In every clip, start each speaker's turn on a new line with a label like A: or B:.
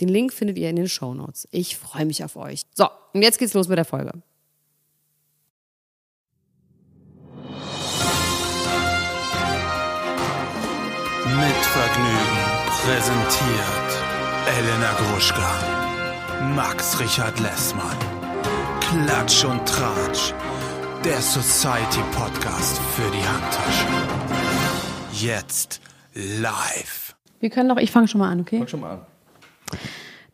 A: Den Link findet ihr in den Shownotes. Ich freue mich auf euch. So, und jetzt geht's los mit der Folge.
B: Mit Vergnügen präsentiert Elena Gruschka, Max Richard Lessmann, Klatsch und Tratsch, der Society Podcast für die Handtasche. Jetzt live.
A: Wir können doch, ich fange schon mal an, okay?
C: Fang schon mal an.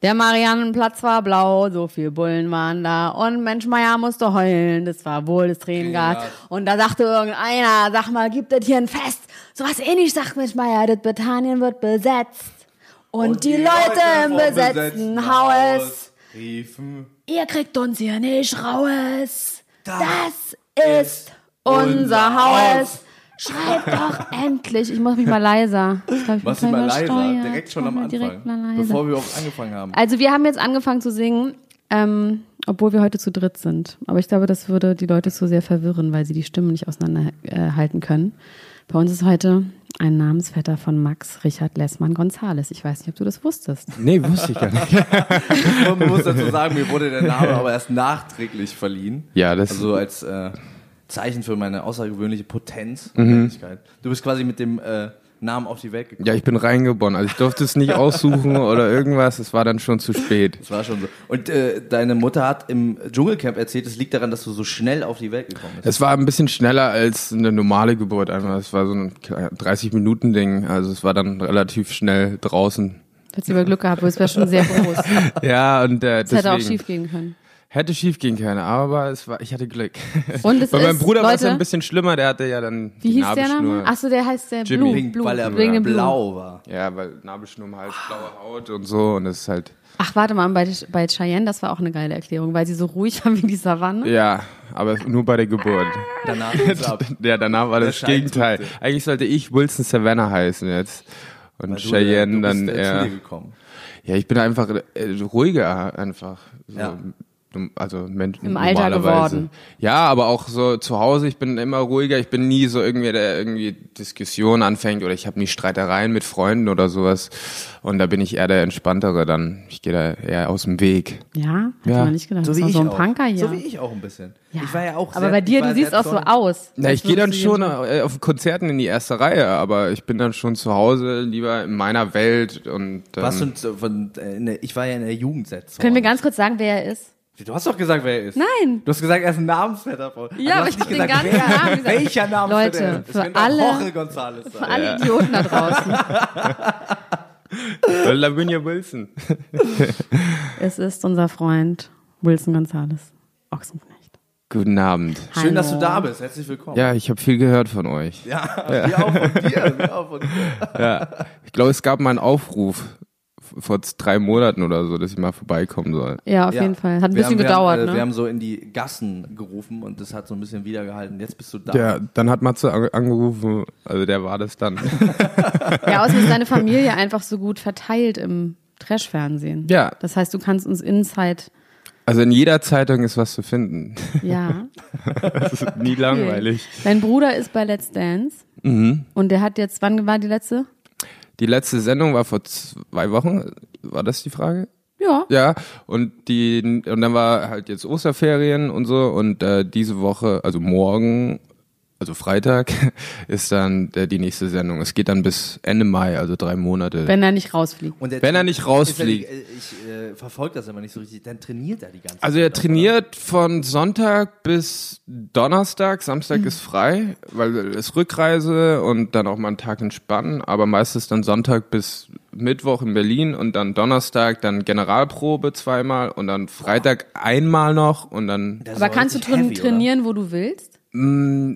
A: Der Mariannenplatz war blau, so viel Bullen waren da und Mensch Meier musste heulen, das war wohl das Tränengas.
C: Ja.
A: Und da sagte irgendeiner, sag mal, gibt es hier ein Fest? Sowas ähnlich sagt Mensch Meier, das Britannien wird besetzt. Und, die, Leute, im
C: vom
A: besetzten Haus,
C: riefen
A: ihr kriegt uns hier nicht raus. Das
C: ist
A: ist unser
C: unser
A: Haus.
C: Haus.
A: Schreibt doch endlich. Ich muss mich mal leiser. Ich glaub, ich
C: Was
A: bin
C: sind
A: voll
C: mal leiser?
A: übersteuert.
C: Direkt schon
A: Mach
C: am
A: mal
C: Anfang.
A: direkt mal leiser.
C: Bevor wir überhaupt angefangen haben.
A: Also wir haben jetzt angefangen zu singen, ähm, obwohl wir heute zu dritt sind. Aber ich glaube, das würde die Leute so sehr verwirren, weil sie die Stimmen nicht auseinanderhalten äh, halten können. Bei uns ist heute ein Namensvetter von Max Richard Lessmann Gonzales. Ich weiß nicht, ob du das wusstest.
D: Nee, wusste ich gar nicht.
C: Und man muss dazu sagen, mir wurde der Name aber erst nachträglich verliehen.
D: Ja, das-
C: Also als äh, Zeichen für meine außergewöhnliche Potenz.
D: Mhm.
C: und Fertigkeit. Du bist quasi mit dem äh, Namen auf die Welt gekommen.
D: Ja, ich bin reingeboren. Also ich durfte es nicht aussuchen oder irgendwas. Es war dann schon zu spät.
C: Das war schon so. Und äh, deine Mutter hat im Dschungelcamp erzählt, es liegt daran, dass du so schnell auf die Welt gekommen bist.
D: Es war ein bisschen schneller als eine normale Geburt. Einfach. Es war so ein 30-Minuten-Ding. Also es war dann relativ schnell draußen.
A: Du hast über Glück gehabt, aber es wäre schon sehr groß. Das
D: Ja, und äh, deswegen
A: hätte auch schief gehen können.
D: hätte schief gehen können. Aber es war, ich hatte Glück.
A: Und es
D: Bei meinem
A: ist,
D: Bruder war es
A: Leute,
D: ein bisschen schlimmer. Der hatte ja dann
A: Wie
D: die
A: hieß der
D: Nabelschnur.
A: Name? Achso, der heißt der
D: Jimmy.
A: Blue.
C: Wegen-
A: Blue.
C: weil er
A: Wegen dem Blue.
C: blau war.
D: Ja, weil Nabelschnur im Hals, blaue Haut und so. Und es ist halt,
A: Ach, warte mal, bei, bei Cheyenne, das war auch eine geile Erklärung, weil sie so ruhig war wie die Savanne.
D: ja, aber nur bei der Geburt.
C: Danach ging's ab.
D: Ja, danach war das
C: Der Schein
D: Gegenteil.
C: trübte.
D: Eigentlich sollte ich Wilson Savannah heißen jetzt. Und
C: Weil du, äh,
D: Cheyenne
C: du
D: dann
C: bist, äh, zu
D: eher.
C: dir gekommen.
D: Ja, ich bin einfach äh, ruhiger einfach. So,
C: Ja.
D: num- Also Menschen
A: Im Alter
D: normalerweise.
A: geworden.
D: Ja, aber auch so zu Hause, ich bin immer ruhiger, ich bin nie so irgendwie, der irgendwie Diskussion anfängt oder ich habe nie Streitereien mit Freunden oder sowas. Und da bin ich eher der Entspanntere dann. Ich gehe da eher aus dem Weg.
A: Ja, hätte
D: Ja.
A: man nicht gedacht. das war so ein Punker hier.
C: So wie ich auch ein bisschen. Ich war ja auch
A: Aber
C: sehr-
A: bei
C: ich
A: dir,
C: war
A: du siehst
C: sehr
A: auch so
C: zornig.
A: aus.
D: Na,
A: Als
D: ich gehe dann
A: würdest du
D: schon
A: jeden-
D: äh, auf Konzerten in die erste Reihe, aber ich bin dann schon zu Hause, lieber in meiner Welt und ähm,
C: Was und, äh, von, äh, in der, ich war ja in der Jugend sehr zornig.
A: Können wir ganz kurz sagen, wer er ist?
C: Du hast doch gesagt, wer er ist.
A: Nein.
C: Du hast gesagt, er ist ein Namensvetter. Paul.
A: Ja,
C: du
A: aber
C: hast
A: ich
C: nicht
A: hab den ganzen
C: wer-
A: Namen gesagt.
C: Welcher
A: Leute,
C: Namensvetter er ist. Es
A: für
C: könnte auch
A: alle-
C: Jorge González sein.
A: Alle Idioten da draußen.
D: Lavinia Wilson.
A: es ist unser Freund Wilson Gonzales. Ochsenknecht.
D: Guten Abend.
C: Schön, dass du
A: Hallo.
C: da bist. Herzlich willkommen.
D: Ja, ich habe viel gehört von euch.
C: Ja, wir auch von dir. Wir auch von dir.
D: Ich glaube, es gab mal einen Aufruf v- vor z- drei Monaten oder so, dass ich mal vorbeikommen soll.
A: Ja, auf
C: Ja.
A: jeden Fall. Hat ein
C: Wir
A: bisschen
C: haben,
A: gedauert,
C: wir haben, äh,
A: ne?
C: Wir haben so in die Gassen gerufen und das hat so ein bisschen wiedergehalten. Jetzt bist du da.
D: Ja, dann hat Matze an- angerufen, also der war das dann.
A: ja, außerdem ist deine Familie einfach so gut verteilt im Trash-Fernsehen.
D: Ja.
A: Das heißt, du kannst uns Inside,
D: Also in jeder Zeitung ist was zu finden.
A: ja.
D: Das ist nie langweilig.
A: Dein Bruder ist bei Let's Dance.
D: Mhm.
A: Und der hat jetzt, wann war die letzte?
D: Die letzte Sendung war vor zwei Wochen, war das die Frage?
A: Ja.
D: Ja, und die und dann war halt jetzt Osterferien und so und äh, diese Woche, also morgen, also Freitag ist dann äh, die nächste Sendung. Es geht dann bis Ende Mai, also drei Monate.
A: Wenn er nicht rausfliegt.
C: Und der-
D: Wenn er nicht rausfliegt.
C: Ist er die- Ich äh, verfolge das immer nicht so richtig. Dann trainiert er die ganze
D: Also er trainiert von Sonntag bis Donnerstag, Samstag ist frei, weil es Rückreise und dann auch mal einen Tag entspannen, aber meistens dann Sonntag bis Mittwoch in Berlin und dann Donnerstag dann Generalprobe zweimal und dann Freitag einmal noch und dann
C: Das ist
A: Aber
C: auch
A: kannst du
C: richtig
A: drin
C: heavy, oder?
A: trainieren, wo du willst?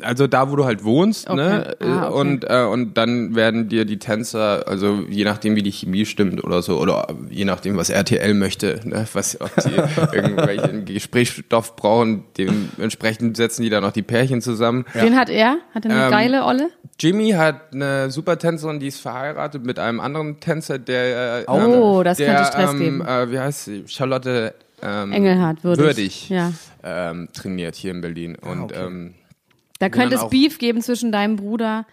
D: Also da, wo du halt wohnst,
E: Okay.
D: ne?
E: Ah, okay.
D: Und äh, und dann werden dir die Tänzer, also je nachdem, wie die Chemie stimmt oder so, oder je nachdem, was RTL möchte, ne? was ob die irgendwelchen Gesprächsstoff brauchen, dementsprechend setzen die dann noch die Pärchen zusammen.
E: Wen hat er? Hat er eine
D: Ähm,
E: geile Olle?
D: Jimmy hat eine super Tänzerin, die ist verheiratet mit einem anderen Tänzer, der äh,
E: Oh, das
D: der,
E: könnte Stress
D: ähm,
E: geben.
D: Äh, wie heißt sie? Charlotte ähm,
E: Engelhardt, würdig. Ja.
D: ähm, trainiert hier in Berlin
E: Ah,
D: und ähm,
E: Da könnte es
D: auch-
E: Beef geben zwischen deinem Bruder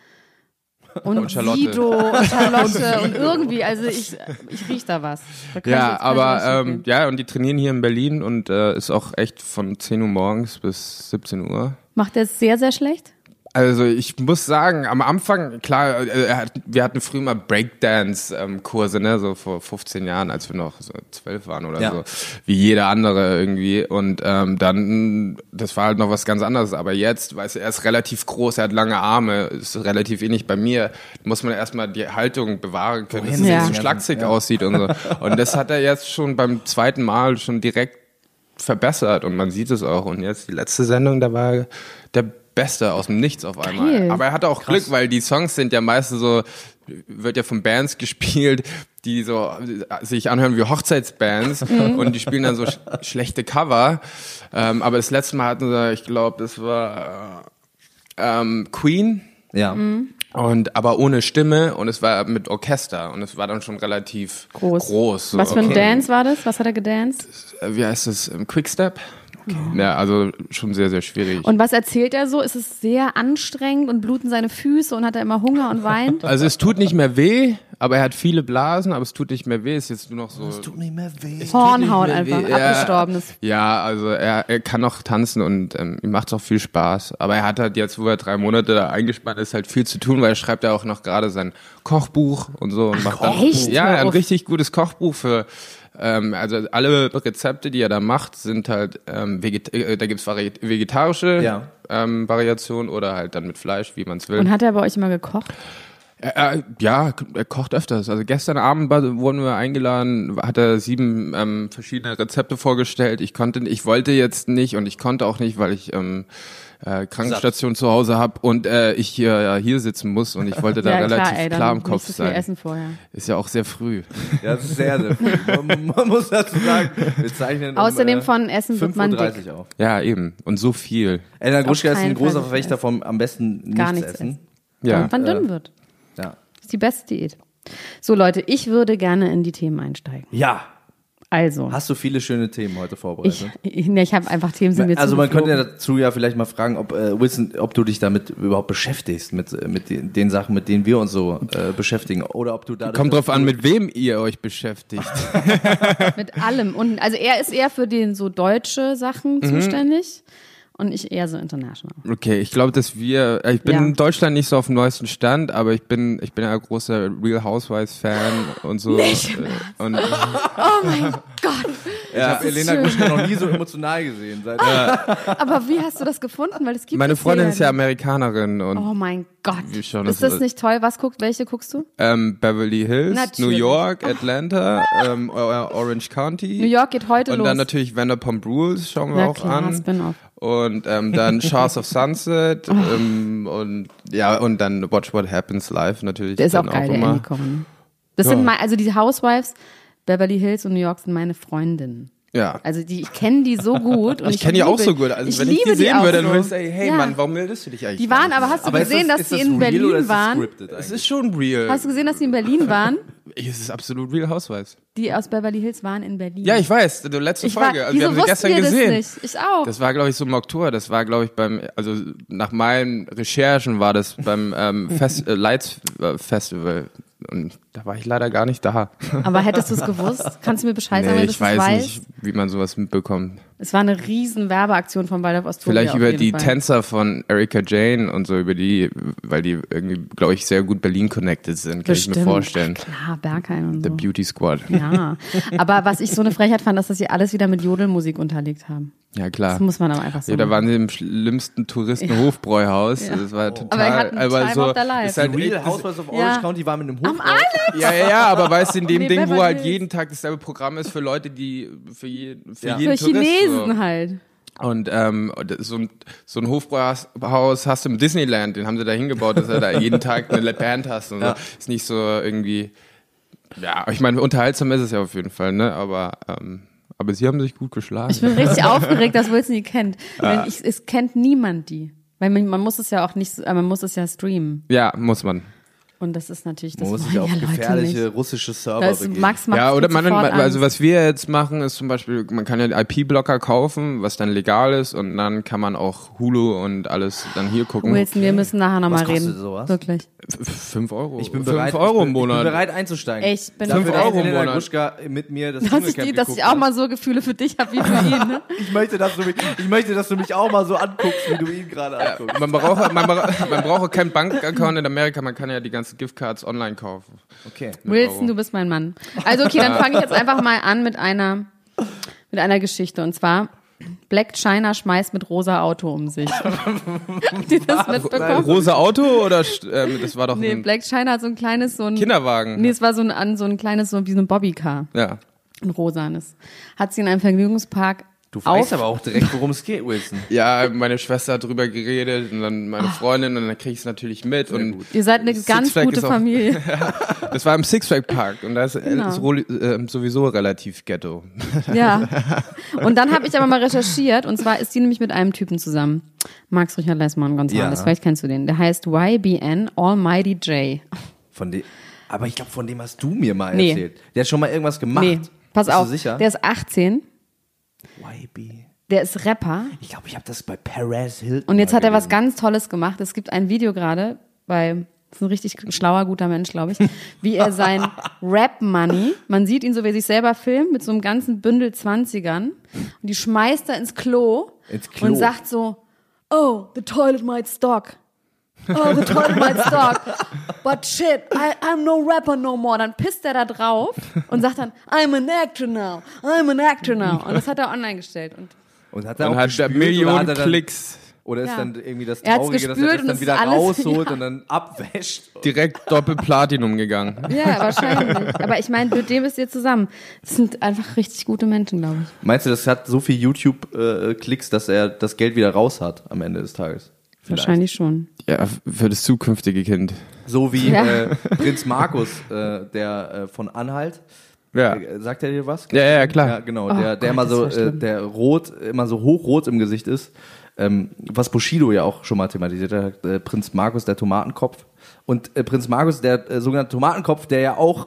E: und,
D: Und Charlotte.
E: Guido und Charlotte und irgendwie. Also ich, ich riech da was. Da kann ich
D: Ja,
E: jetzt keine
D: aber
E: Richtung
D: ähm,
E: geben.
D: ja, und die trainieren hier in Berlin und äh, ist auch echt von 10 Uhr morgens bis 17 Uhr.
E: Macht er es sehr, sehr schlecht?
D: Also ich muss sagen, am Anfang, klar, äh, er hat, wir hatten früher mal Breakdance-Kurse, ne, so vor 15 Jahren, als wir noch so 12 waren oder
C: Ja.
D: so, wie jeder andere irgendwie. Und ähm, dann, mh, das war halt noch was ganz anderes. Aber jetzt, weißt du, er ist relativ groß, er hat lange Arme, ist relativ ähnlich bei mir, muss man erstmal die Haltung bewahren können, dass es
E: Wohin
D: nicht
E: denn?
D: so schlaksig aussieht und so. Und das hat er jetzt schon beim zweiten Mal schon direkt verbessert und man sieht es auch. Und jetzt die letzte Sendung, da war er der Beste aus dem Nichts auf einmal.
E: Geil.
D: Aber er hatte auch Glück, weil die Songs sind ja meistens so, wird ja von Bands gespielt, die so äh, sich anhören wie Hochzeitsbands und die spielen dann so sch schlechte Cover. Ähm, aber das letzte Mal hatten sie, ich glaube, das war äh, ähm, Queen.
C: Ja.
A: Mhm.
D: Und aber ohne Stimme und es war mit Orchester und es war dann schon relativ groß.
E: Groß.
D: so.
E: Was für ein
D: Okay.
E: Dance war das? Was hat er gedanced?
D: Äh, Wie heißt es? Ähm, Quickstep? Ja, also schon sehr, sehr schwierig.
E: Und was erzählt er so? Ist es sehr anstrengend und bluten seine Füße und hat er immer Hunger und weint?
D: also es tut nicht mehr weh, aber er hat viele Blasen, aber es tut nicht mehr weh. Es ist jetzt nur noch so.
C: Tut mir mehr weh.
E: Hornhaut
D: nicht mehr
E: einfach,
D: weh, ja.
E: abgestorbenes.
D: Ja, also er, er kann noch tanzen und ähm, ihm macht auch viel Spaß. Aber er hat halt jetzt, wo er drei Monate da eingespannt ist, halt viel zu tun, weil er schreibt ja auch noch gerade sein Kochbuch und so. Und macht dann,
E: echt?
D: Ja,
E: Hör
D: ein
E: auf.
D: richtig gutes Kochbuch für. Ähm, also alle Rezepte, die er da macht, sind halt, ähm, veget äh, da gibt's vari vegetarische
C: Ja.
D: ähm, Variationen oder halt dann mit Fleisch, wie man's will.
E: Und hat er bei euch immer gekocht?
D: Äh, ja, er kocht öfters. Also gestern Abend war- wurden wir eingeladen, hat er sieben ähm, verschiedene Rezepte vorgestellt. Ich konnte, ich wollte jetzt nicht und ich konnte auch nicht, weil ich ähm, äh, Krankenstation zu Hause habe und äh, ich hier, ja, hier sitzen muss und ich wollte da relativ klar, im
E: nicht
D: Kopf
E: so viel
D: sein.
E: essen vorher.
D: Ist ja auch sehr früh.
C: Ja, das ist sehr, sehr viel. Man, man muss dazu sagen, wir zeichnen um,
E: Außerdem
C: äh,
E: von Essen wird man dick.
C: 5.30 Uhr auf.
D: Ja, eben. Und so viel.
C: Elena Gruschka ist ein
E: keinen
C: großer
E: Fall nicht
C: Verfechter vom am besten nichts,
E: Gar nichts
C: essen.
D: Ja.
E: Und man
D: äh.
E: dünn wird.
C: Ja.
E: Ist die beste Diät. So Leute, ich würde gerne in die Themen einsteigen.
C: ja,
E: Also,
C: hast du viele schöne Themen heute vorbereitet?
E: ich, ich, ne, ich habe einfach Themen, sind mir
C: also man könnte ja
E: zugeflogen.
C: dazu ja vielleicht mal fragen, ob äh, Wilson, ob du dich damit überhaupt beschäftigst mit äh, mit den, den Sachen, mit denen wir uns so äh, beschäftigen, oder ob du da
D: Kommt drauf an, mit wem ihr euch beschäftigt.
E: mit allem. Und also er ist eher für den so deutsche Sachen
D: Mhm.
E: zuständig und ich eher so international.
D: Okay, ich glaube, dass wir, äh, ich bin
E: Ja.
D: in Deutschland nicht so auf dem neuesten Stand, aber ich bin, ich bin ein großer Real Housewives Fan und so.
E: Nicht
D: Äh, und
E: Oh mein Gott.
C: Ich habe Elena
E: schön.
C: Gruschka noch nie so emotional gesehen.
E: Ah,
C: Seit,
E: Aber wie hast du das gefunden? Weil es gibt
D: meine
E: das
D: Freundin
E: hier
D: ist ja Amerikanerin und
E: Oh mein Gott.
D: Wie schon,
E: ist
D: das-
E: das nicht toll? Was guckt, welche guckst du?
D: ähm, Beverly Hills,
E: Natürlich. Oh.
D: New York, Atlanta, ähm, äh, Orange County.
E: New York geht heute
D: und
E: los.
D: dann natürlich Vanderpump Rules schauen wir
E: Na
D: auch
E: klar,
D: an.
E: Spin-off. Oh.
D: Und ähm, dann Shars of Sunset ähm, und ja und dann Watch What Happens Live natürlich.
E: Der ist auch
D: dann
E: geil, der
D: immer.
E: Andy Cohen. Das
D: Ja.
E: sind meine, also die Housewives, Beverly Hills und New York sind meine Freundinnen.
D: Ja.
E: Also die, ich kenne die so gut. Und
D: Ich kenne die
E: liebe-
D: auch so gut. Also
E: ich
D: wenn
E: liebe
D: ich die sehen
E: auch
D: würde, dann
E: so.
D: würde ich sagen, hey
E: ja.
D: Mann, warum meldest du dich eigentlich?
E: Die waren,
D: gar
E: aber
D: nicht
E: hast du gesehen, dass die in Berlin waren?
D: Es ist schon real.
E: Hast du gesehen, dass die in Berlin waren?
D: es ist absolut real Housewives.
E: Die aus Beverly Hills waren in Berlin.
D: Ja, ich weiß, die letzte
E: Ich war,
D: Folge. also,
E: wieso
D: wir haben sie
E: wussten
D: gestern
E: wir
D: gesehen.
E: das nicht? Ich auch.
D: Das war, glaube ich, so im Oktober. Das war, glaube ich, beim, also nach meinen Recherchen war das beim ähm, Fest, äh, Lights äh, Festival. Und da war ich leider gar nicht da.
E: aber hättest du es gewusst? Kannst du mir Bescheid sagen,
D: nee,
E: wenn du
D: ich
E: es weißt?
D: weiß nicht, wie man sowas mitbekommt.
E: Es war eine riesen Werbeaktion von Waldorf Astoria.
D: Vielleicht
E: auf
D: über
E: jeden
D: die
E: Fall.
D: Tänzer von Erika Jane und so, über die, weil die irgendwie, glaube ich, sehr gut Berlin-connected sind, kann
E: Bestimmt.
D: ich mir vorstellen.
E: Ach, klar, Bergheim und
D: The
E: so.
D: Beauty Squad.
E: Ja, aber was ich so eine Frechheit fand, ist, dass sie alles wieder mit Jodelmusik unterlegt haben.
D: Ja, klar.
E: Das muss man aber einfach so
D: Ah. Ja, da
E: machen.
D: waren sie im schlimmsten Touristenhofbräuhaus. Das war total.
E: Aber wir hatten Time
D: so,
E: of their life.
D: Ist halt
C: Real
D: das-
C: Housewives of Orange
E: Ja.
C: County war mit einem Hof.
E: Am Alex!
D: Ja, ja, ja, aber weißt du, in dem
E: Nee,
D: Ding, wo
E: Beverly
D: halt
E: Hills.
D: jeden Tag dasselbe Programm ist für Leute, die für, je, für
C: Ja.
D: jeden
E: Für
D: Tourist,
E: Chinesen
D: so.
E: halt.
D: Und ähm, so ein, so ein Hofbräuhaus hast du im Disneyland, den haben sie da hingebaut, dass du da jeden Tag eine Band hast. Und so. Ist nicht so irgendwie, ja, ich meine, unterhaltsam ist es ja auf jeden Fall, ne? Aber, ähm, aber sie haben sich gut geschlagen.
A: Ich bin richtig aufgeregt, dass Wilson die kennt.
D: Ah.
A: Denn Ich, es kennt niemand die. Weil man, man muss es ja auch nicht, so-
E: äh,
A: man muss es ja streamen.
D: ja, muss man.
A: Und das ist natürlich, das
C: Man muss
A: wollen
C: sich
A: ja
C: auf
A: Leute
C: gefährliche
A: nicht.
C: russische
A: Da
C: Server
A: ist
C: begeben.
A: Max macht
D: ja, oder man,
A: man,
D: man, also was wir jetzt machen, ist zum Beispiel, man kann ja IP-Blocker kaufen, was dann legal ist, und dann kann man auch Hulu und alles dann hier gucken.
A: Wilson, wir müssen nachher nochmal
C: kostet
A: reden.
C: sowas?
A: Wirklich.
D: F- Fünf Euro.
C: Ich bin
D: Fünf
C: bereit,
D: Euro
C: ich bin,
D: im Monat.
C: Ich bin bereit einzusteigen.
A: Ich bin
C: Dafür,
A: bereit.
C: dass
D: Euro im
C: Elena
D: Monat.
C: Gruschka mit mir
A: Das
C: das,
A: ist
C: Dschungelcamp
A: die, dass
C: geguckt
A: ich auch
C: hat.
A: mal so Gefühle für dich habe wie für ihn. Ne?
C: Ich möchte, dass du mich, ich möchte, dass du mich auch mal so anguckst, wie du ihn gerade anguckst.
D: Man braucht, man, braucht, man braucht auch keinen Bankaccount in Amerika, man kann ja die ganzen Giftcards online kaufen.
C: Okay.
A: Wilson, du bist mein Mann. Also okay, dann fange ich jetzt einfach mal an mit einer, mit einer Geschichte. Und zwar, Black China schmeißt mit rosa Auto um sich. Habt ihr das mitbekommen?
D: Äh, Rosa Auto oder st- ähm, das war doch
A: Nee,
D: ein
A: Black China hat so ein kleines, so ein...
D: Kinderwagen.
A: Nee, es war so ein, an- so ein kleines, so wie so ein Bobbycar.
D: Ja.
A: Ein rosanes. Hat sie in einem Vergnügungspark
C: Du weißt
A: auf,
C: aber auch direkt, worum es geht, Wilson.
D: ja, meine Schwester hat drüber geredet und dann meine Freundin und dann krieg ich es natürlich mit. Und
A: Ah. Ihr seid eine
D: Sixpack
A: ganz gute
D: ist auch-
A: Familie.
D: Das war im Sixpack Park und da ist, äh,
A: Genau.
D: ist Roli- ähm, sowieso relativ ghetto.
A: ja. Und dann habe ich aber mal recherchiert und zwar ist die nämlich mit einem Typen zusammen. Max Richard Lessmann Gonzales,
C: Ja.
A: vielleicht kennst du den. Der heißt YBN Almighty J.
C: Von dem, aber ich glaube, von dem hast du mir mal
A: Nee.
C: erzählt. Der hat schon mal irgendwas gemacht.
A: Nee, pass
C: Bist
A: auf.
C: Du sicher?
A: Der ist 18,
C: YB.
A: der ist Rapper
C: Ich glaube, ich habe das bei Perez Hilton.
A: und jetzt
C: mal
A: hat er was
C: gelesen.
A: ganz Tolles gemacht. Es gibt ein Video gerade bei ist ein richtig schlauer, guter Mensch, glaube ich, wie er sein Rap-Money, man sieht ihn so, wie er sich selber filmt, mit so einem ganzen Bündel 20ern und die schmeißt er ins Klo,
C: Ins Klo.
A: und sagt so, oh, the toilet might stock. Oh, the toilet might stock. But shit, I, I'm no rapper no more. Dann pisst er da drauf und sagt dann, I'm an actor now, I'm an actor now. Und das hat er online gestellt und
C: Und hat er
D: Dann
C: auch
D: hat er
C: gespült oder hat
D: Millionen
C: er dann,
D: Klicks
C: Oder ist
A: Ja.
C: dann irgendwie das
A: Er hat's
C: Traurige, dass er
A: gespült
C: das
A: und
C: dann
A: es
C: wieder
A: ist alles-
C: rausholt
A: ja.
C: und dann abwäscht.
D: direkt Doppelplatinum gegangen.
A: Ja, wahrscheinlich. Aber ich meine, mit dem ist ihr zusammen. Das sind einfach richtig gute Menschen, glaube ich.
C: Meinst du, das hat so viel YouTube-Klicks, dass er das Geld wieder raus hat am Ende des Tages? Vielleicht.
A: Wahrscheinlich schon.
D: Ja, für das zukünftige Kind.
C: So wie
A: Ja.
C: äh, Prinz Markus, äh, der äh, von Anhalt.
D: Ja.
C: Äh, sagt er dir was?
D: Ja, ja, klar.
C: Ja, genau.
A: Oh
C: der, der
A: Gott,
C: immer so,
A: das war
C: äh,
A: schlimm.
C: der rot, immer so hochrot im Gesicht ist. Ähm, was Bushido ja auch schon mal thematisiert hat, äh, Prinz Markus, der Tomatenkopf. Und äh, Prinz Markus, der äh, sogenannte Tomatenkopf, der ja auch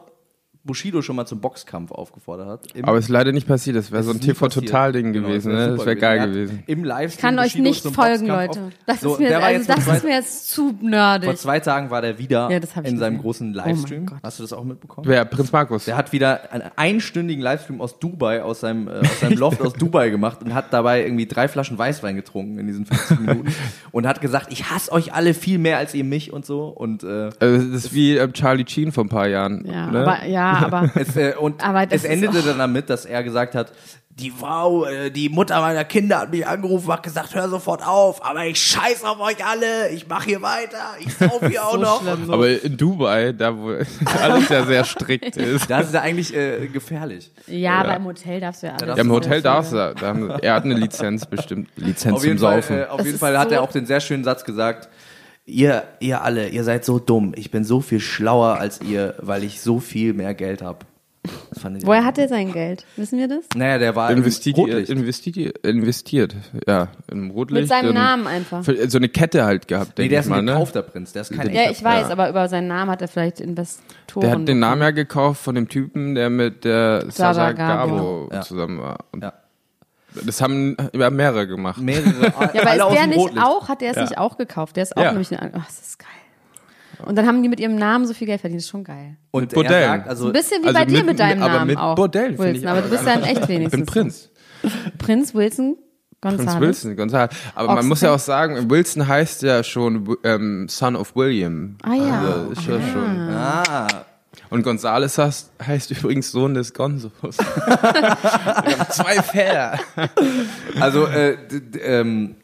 C: Bushido schon mal zum Boxkampf aufgefordert hat. Im-
D: Aber es ist leider nicht passiert. Das wäre so ein
C: ist nie passiert.
D: TV-Total-Ding
C: Genau,
D: gewesen.
C: das
D: Ne?
C: super
D: Das wäre geil
C: Er hat
D: gewesen.
C: Im Livestream
A: Kann euch
C: Bushido
A: nicht
C: zum
A: folgen,
C: Boxkampf
A: Leute.
C: auf-
A: Das,
C: So,
A: ist, mir,
C: der war
A: also,
C: jetzt vor
A: das
C: zwei-
A: ist mir jetzt zu
C: Vor
A: nerdig.
C: zwei Tagen war der wieder
A: Ja, das hab ich
C: in seinem
A: gesehen.
C: großen
A: Oh mein
C: Livestream.
A: Gott.
C: Hast du das auch mitbekommen?
D: Wer? Prinz Markus.
C: Der hat wieder einen einstündigen Livestream aus Dubai, aus seinem, äh, aus seinem Loft aus Dubai gemacht und hat dabei irgendwie drei Flaschen Weißwein getrunken in diesen 15 Minuten und hat gesagt, ich hasse euch alle viel mehr als ihr mich und so und äh,
D: Also, das ist wie ähm, Charlie Sheen vor ein paar Jahren.
A: Ja,
D: ne?
A: aber, ja, aber
C: es, äh, und
A: Aber das
C: es
A: ist-
C: endete
A: oh.
C: dann damit, dass er gesagt hat, die Frau, äh, die Mutter meiner Kinder hat mich angerufen, hat gesagt, hör sofort auf, aber ich scheiß auf euch alle, ich mach hier weiter, ich sauf hier auch noch. und so.
D: aber in Dubai, da wo alles ja sehr strikt ist.
C: das ist ja eigentlich äh, gefährlich.
A: ja, aber im Hotel darfst du ja alles.
C: Ja,
D: Ja, im
C: Das
D: Hotel darf er. Da haben, er hat eine Lizenz bestimmt. Lizenz
C: Auf jeden,
D: zum
C: Fall,
D: Saufen.
C: äh, auf
A: Das
C: jeden
A: ist
C: Fall hat
A: so-
C: er auch den sehr schönen Satz gesagt. Ihr, ihr alle, ihr seid so dumm. Ich bin so viel schlauer als ihr, weil ich so viel mehr Geld habe. Das fand ich.
A: Woher hat er sein Geld? Wissen wir das?
C: Naja, der war im
D: investiert,
C: Rotlicht.
D: investiert, investiert, ja, im Rotlicht.
A: Mit seinem
D: in-
A: Namen einfach.
D: Für- So eine Kette halt gehabt,
C: Nee,
D: denke
C: der
D: ich
C: ist
D: mal.
C: ein
D: Ne?
C: gekaufter Prinz. Der ist kein
A: Ja,
C: echter
A: ich weiß, aber über seinen Namen hat er vielleicht Investoren.
D: Der hat den Namen ja gekauft von dem Typen, der mit der Sasa
A: Gabo.
D: Gabo zusammen war. Und
C: Ja.
D: Das haben ja, mehrere gemacht.
C: mehrere.
A: Ja, aber
C: alle aus
A: ist der
C: dem
A: nicht
C: Rotlicht.
A: auch, hat der es nicht auch gekauft? Der ist auch
D: Ja.
A: nämlich, ein- ach, das ist geil. Und dann haben die mit ihrem Namen so viel Geld verdient, das ist schon geil.
C: Und
D: Bordell.
C: er sagt, also
A: Ein bisschen wie
D: Also
A: bei dir
D: mit-
A: mit deinem
D: aber
A: Namen
D: mit
A: auch.
D: Bordell, finde
A: Wilson,
D: ich
A: aber du
D: auch.
A: bist dann echt
D: Ich
A: wenigstens.
D: bin Prinz.
A: Prinz Wilson Gonzales.
D: Prinz Wilson, Gonzalo. Aber man
A: Ochsen-
D: muss ja auch sagen, Wilson heißt ja schon ähm, Son of William.
A: Ah ja.
D: Also ist ja schon.
C: ah,
D: Und Gonzales heißt, heißt übrigens Sohn des Gonzos. Wir haben zwei Väter.
C: also äh, d- d- ähm,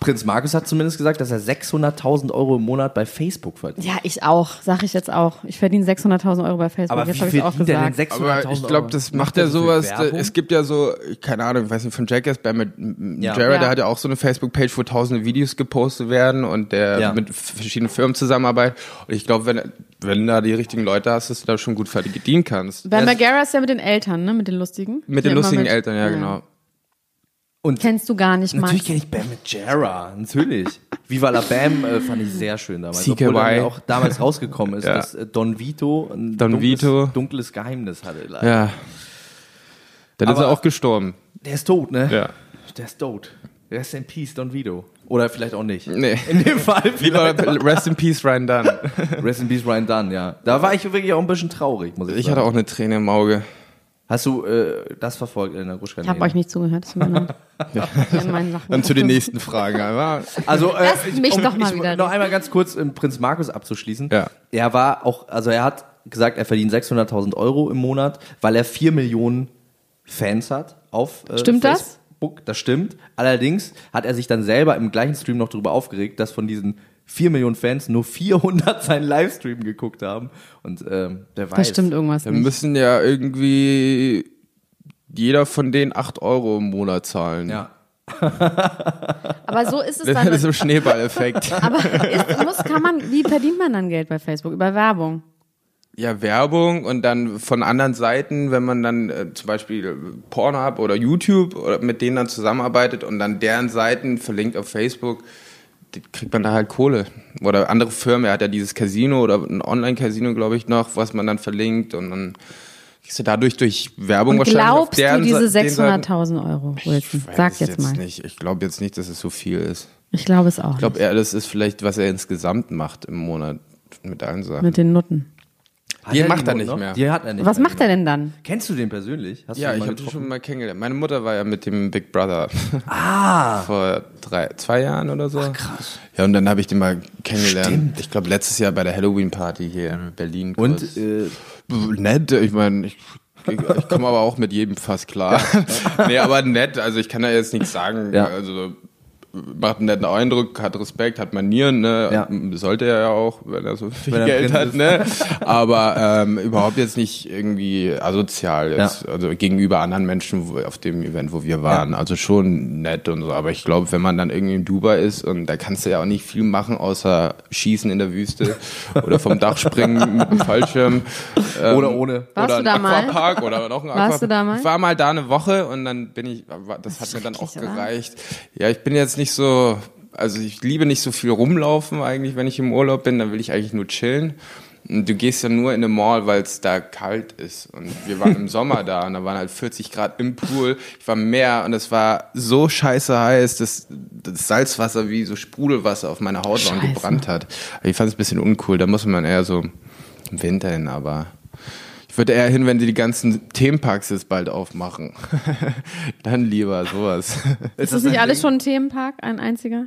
C: Prinz Markus hat zumindest gesagt, dass er 600.000 Euro im Monat bei Facebook verdient.
E: Ja, ich auch. Sag ich jetzt auch. Ich verdiene 600.000 Euro bei Facebook.
C: Aber
E: jetzt
C: wie
E: habe ich auch
C: verdient der denn
E: gesagt.
C: 600.000
D: Aber ich glaube, das macht ja
C: er so viel
D: sowas. da-
C: Werbung?
D: Es gibt ja so, keine Ahnung, ich weiß nicht, von Jackass bei mit mit
C: Ja.
D: Jared,
E: Ja.
D: der hat ja auch so eine Facebook-Page, wo tausende Videos gepostet werden und der
C: Ja.
D: mit verschiedenen Firmen zusammenarbeitet. Und ich glaube, wenn, wenn da die richtigen Leute hast, dass du da schon gut verdienen kannst.
E: Bei Megara ist ja mit den Eltern, ne? Mit den lustigen.
D: Mit
E: Die
D: den
E: immer
D: lustigen
E: mit-
D: Eltern, ja, genau.
C: Und
E: Kennst du gar nicht, Max.
C: natürlich kenne ich Bam mit Jera, natürlich. Viva la Bam äh, fand ich sehr schön damals.
D: CKY.
C: Obwohl dann ja auch damals rausgekommen ist,
D: Ja.
C: dass äh, Don Vito ein
D: Don
C: dunkles,
D: Vito.
C: dunkles Geheimnis hatte. leider.
D: Ja. Dann ist
C: Aber-
D: er auch gestorben.
C: Der ist tot, ne?
D: Ja.
C: Der ist tot. Rest in peace, Don Vito. Oder vielleicht auch nicht.
D: Nee.
C: In dem Fall
D: Lieber
C: vielleicht.
D: Rest in Peace, Ryan Dunn.
C: Rest in peace, Ryan Dunn, ja. Da war ich wirklich auch ein bisschen traurig, muss ich,
D: Ich
C: sagen.
D: hatte auch eine Träne im Auge.
C: Hast du äh, das verfolgt in der Gruschka?
E: Ich habe euch nicht zugehört. Das tut mir leid. Ja, meine Sachen.
D: Dann zu den nächsten Fragen. aber-
C: Also, äh,
E: Lass mich doch mal wieder
C: Noch
E: reden.
C: einmal ganz kurz, um Prinz Markus abzuschließen.
D: Ja.
C: Er war auch, also er hat gesagt, er verdient 600.000 Euro im Monat, weil er 4 Millionen Fans hat auf äh,
E: Stimmt das?
C: Facebook. Das? das stimmt. Allerdings hat er sich dann selber im gleichen Stream noch darüber aufgeregt, dass von diesen 4 Millionen Fans nur 400 seinen Livestream geguckt haben. Und ähm, der weiß.
E: Da stimmt irgendwas
D: Wir
E: nicht.
D: müssen ja irgendwie jeder von denen 8 Euro im Monat zahlen.
C: Ja.
E: Aber so ist es
D: Das
E: dann.
D: ist ein Schneeballeffekt.
E: Aber ist, muss, kann man, wie verdient man dann Geld bei Facebook? Über Werbung.
D: ja, Werbung und dann von anderen Seiten, wenn man dann äh, zum Beispiel Pornhub oder YouTube oder mit denen dann zusammenarbeitet und dann deren Seiten verlinkt auf Facebook, die- kriegt man da halt Kohle. Oder andere Firmen, er hat ja dieses Casino oder ein Online-Casino, glaube ich, noch, was man dann verlinkt und dann kriegst du dadurch durch Werbung
E: Und
D: wahrscheinlich auf
E: glaubst du
D: deren
E: diese
D: Sa- den Seiten-
E: 600.000 Euro, Wilson?
D: Ich weiß
E: Sag
D: es
E: jetzt mal.
D: Nicht. Ich glaube jetzt nicht, dass es so viel ist.
E: Ich glaube es auch.
D: Ich glaube, er, das ist vielleicht, was er insgesamt macht im Monat mit allen Sachen.
E: mit den Nutten.
C: Hat
D: Die
C: er
D: macht er
C: Not
D: nicht
C: noch?
D: mehr.
C: Die hat er nicht
E: Was
C: mehr.
E: macht er denn dann?
C: Kennst du den persönlich? Hast
D: ja,
C: du ihn
D: ich habe die
C: getroffen?
D: schon mal kennengelernt. Meine Mutter war ja mit dem Big Brother
C: Ah!
D: vor drei, zwei Jahren oder so. krass. Ja, und dann habe ich den mal kennengelernt. Ich glaube, letztes Jahr bei der Halloween-Party hier in Berlin.
C: Und
D: kurz.
C: äh,
D: nett, ich meine, ich, ich, ich komme aber auch mit jedem fast klar. nee, aber nett, also ich kann da jetzt nichts sagen.
C: Ja.
D: Also macht einen netten Eindruck, hat Respekt, hat Manieren, ne?
C: Ja.
D: Sollte er ja auch, wenn er so viel
C: Wenn er
D: Geld hat,
C: Prinz
D: ne? Aber ähm, überhaupt jetzt nicht irgendwie asozial jetzt, also gegenüber anderen Menschen wo, auf dem Event, wo wir waren. Also schon nett und so, aber ich glaube, wenn man dann irgendwie in Dubai ist und da kannst du ja auch nicht viel machen, außer schießen in der Wüste oder vom Dach springen mit dem Fallschirm. Ähm,
C: Oder ohne.
E: Warst
D: oder
E: du da
D: ein
E: mal?
D: Aquapark oder noch ein Aquapark.
E: Warst du da mal?
D: Ich war mal da eine Woche und dann bin ich, aber das hat mir dann auch
E: schrecklich, oder?
D: gereicht. Ja, ich bin jetzt nicht so, also ich liebe nicht so viel rumlaufen eigentlich, wenn ich im Urlaub bin, dann will ich eigentlich nur chillen. Und du gehst ja nur in eine Mall, weil es da kalt ist. Und wir waren im Sommer da und da waren halt 40 Grad im Pool. Ich war im Meer und es war so scheiße heiß, dass das Salzwasser wie so Sprudelwasser auf meine Haut war und
E: Scheiße.
D: gebrannt hat. Ich fand es ein bisschen uncool. Da muss man eher so im Winter hin, aber ich würde eher hin, wenn die die ganzen Themenparks jetzt bald aufmachen. Dann lieber sowas.
E: Ist das nicht alles schon ein Themenpark, ein einziger?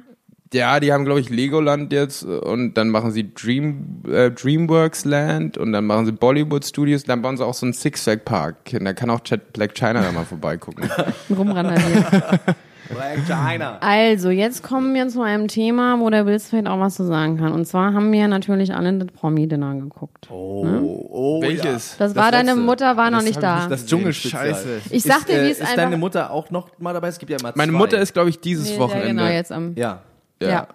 D: Ja, die haben, glaube ich, Legoland jetzt und dann machen sie Dream, äh, Dreamworks Land und dann machen sie Bollywood Studios. Dann bauen sie auch so einen Six-Flag-Park. Und Da kann auch Chat Black China da mal vorbeigucken.
E: Rumrandalieren.
C: Black China.
E: also, jetzt kommen wir zu einem Thema, wo der Wilson vielleicht auch was zu sagen kann. Und zwar haben wir natürlich alle das Promi-Dinner geguckt.
C: Oh, oh,
D: Welches?
E: das war deine
C: letzte.
E: Mutter, war noch
D: Das
E: nicht
D: hab ich
E: da.
D: nicht-
C: Das Dschungelspezial.
D: Scheiße.
E: Ich sag dir, wie es
C: ist
E: einfach-
C: deine Mutter auch noch mal dabei? Es gibt ja immer
D: Meine
C: zwei.
D: Mutter ist, glaube ich, dieses
E: Nee,
D: Wochenende.
E: Ja, genau, jetzt am.
C: Ja.
E: Ja.
D: Ja.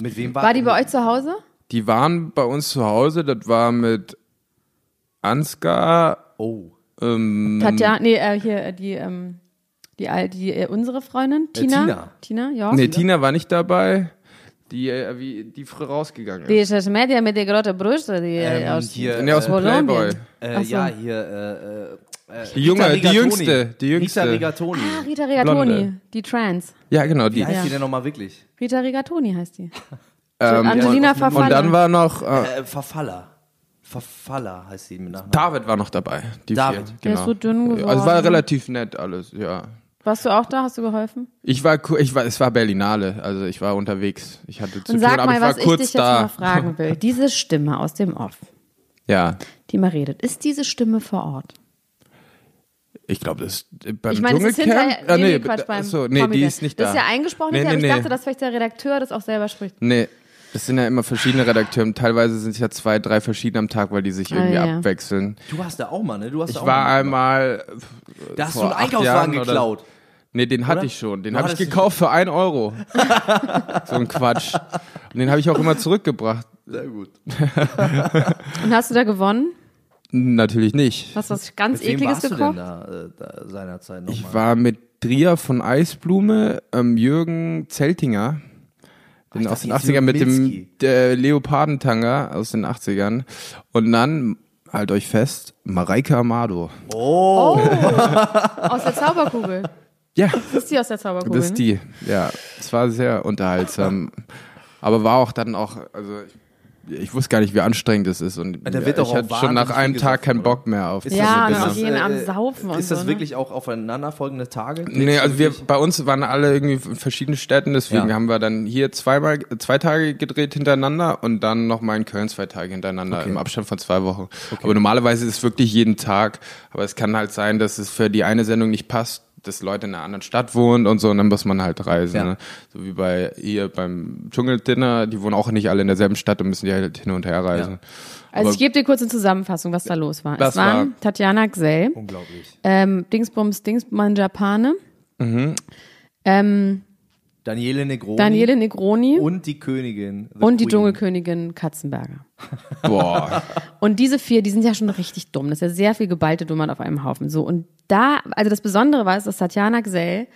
C: Mit wem war,
E: War die bei euch zu Hause?
D: Die waren bei uns zu Hause. Das war mit Ansgar.
C: Oh.
D: Ähm,
E: Tatjana, nee, äh, hier, äh, die, ähm, die, Al- die, äh, unsere Freundin, Tina. Tina, ja.
A: ne?
E: genau.
D: nee, Tina war nicht dabei. Die, äh, wie, die früh rausgegangen
E: Die
D: ist.
E: ist mit der mit der großen Brüste, die äh, aus,
C: Ähm, hier,
D: Nee, aus dem
E: Kolumbien.
D: Playboy.
C: Äh,
E: Ach so.
C: Ja, hier. Äh, äh,
D: Die Junge,
C: Rita
D: die
C: Rigatoni.
D: Jüngste, die
C: Rita
D: Jüngste.
C: Rigatoni.
E: Ah, Rita Rigatoni,
D: Blonde.
E: die Trans.
D: Ja, genau, die.
C: Wie heißt
E: Ja.
C: die denn nochmal wirklich?
E: Rita Rigatoni heißt die.
D: Ähm,
E: Angelina
C: und- und
E: Verfalle.
D: und dann war noch. Äh,
C: Äh, Verfaller. Verfaller heißt sie mit Nachnamen.
D: David war noch dabei. Die
C: David.
D: Vier,
E: Der ist so dünn geworden.
D: Also war relativ nett alles, ja.
E: Warst du auch da? Hast du geholfen?
D: Ich war, ku- ich war, es war Berlinale, also ich war unterwegs. Ich hatte zu
E: Und
D: tun,
E: sag
D: aber
E: mal,
D: ich war
E: was ich dich
D: kurz
E: jetzt
D: da.
E: mal fragen will. Diese Stimme aus dem Off,
D: Ja,
E: die mal redet, ist diese Stimme vor Ort?
D: Ich glaube, das ist beim
A: Ich meine, das ist
D: Dschungelcamp.
A: hinterher.
D: Ah,
A: nee, nee,
D: da-
A: Quatsch, beim
D: achso, nee,
A: Promi
D: die
A: Bär.
D: ist nicht da.
A: Das ist ja eingesprochen,
D: Nee,
A: hinterher,
D: nee,
A: aber ich
D: nee.
A: dachte, dass vielleicht der Redakteur das auch selber spricht.
D: Nee, das sind ja immer verschiedene Redakteure. Teilweise sind es ja zwei, drei verschiedene am Tag, weil die sich irgendwie
A: Ah, ja.
D: abwechseln.
C: Du hast da auch mal, ne? Du hast da
D: Ich
C: auch
D: war
C: mal.
D: einmal.
C: Da hast du
D: vor
C: einen
D: acht
C: Einkaufswagen
D: Jahren oder-
C: geklaut.
D: Nee, den hatte
C: Oder?
D: ich schon. Den
C: Du
D: habe ich
C: hattest-
D: gekauft für 1 Euro. so ein Quatsch. Und den habe ich auch immer zurückgebracht.
C: Sehr gut.
A: Und hast du da gewonnen?
D: Natürlich nicht.
A: Hast du was ganz
C: Deswegen
A: Ekliges
C: warst du denn
A: gekocht?
C: da, äh, da seinerzeit nochmal?
D: Ich war mit Dria von Eisblume, ähm, Jürgen Zeltinger, den
C: ich
D: aus den
C: dachte, die
D: 80ern
C: ist
D: mit dem
C: Milski.
D: äh, Leopardentanger aus den 80ern. Und dann, halt euch fest, Mareike Amado.
A: Oh! aus der Zauberkugel.
D: Ja,
A: Das ist die aus der Zauberkugel.
D: das ist
A: ne?
D: die. Ja, es war sehr unterhaltsam. Aber war auch dann auch, also ich, ich wusste gar nicht, wie anstrengend es ist. Und
C: Da wird doch
D: ich
C: auch
D: hatte schon nach
C: wahnsinnig
D: einem
C: viel
D: Tag
C: gesoffen,
D: keinen Bock mehr auf diese
A: Ja,
D: Dinner.
A: das ist- jeden Abend saufen und
C: Ist das
A: so, ne?
C: wirklich auch aufeinanderfolgende Tage?
D: Nee,
C: Lebst du
D: also wir,
C: wirklich-
D: bei uns waren alle irgendwie in verschiedenen Städten, deswegen
C: Ja.
D: haben wir dann hier zweimal, zwei Tage gedreht hintereinander und dann nochmal in Köln zwei Tage hintereinander im Abstand von zwei Wochen. Aber normalerweise ist es wirklich jeden Tag, aber es kann halt sein, dass es für die eine Sendung nicht passt, dass Leute in einer anderen Stadt wohnen und so und dann muss man halt reisen.
C: Ja.
D: Ne? So wie bei hier beim Dschungeldinner, die wohnen auch nicht alle in derselben Stadt und müssen die halt hin und her reisen.
E: Also ich
D: Aber-
E: gebe dir kurz eine Zusammenfassung, was da los war.
D: Das
E: es waren
D: war- Oh
E: Tatjana Gsell,
C: Unglaublich.
E: ähm, Dingsbums Dingsmann Japane,
D: Mhm.
E: ähm,
C: Daniele Negroni
E: Daniele Negroni und,
C: und die Königin. the
E: die
C: Queen.
E: Dschungelkönigin Katzenberger.
D: Boah.
E: Und diese vier, die sind ja schon richtig dumm. Das ist ja sehr viel geballte Dummheit auf einem Haufen. So und da, also das Besondere war, es, dass Tatjana Gsell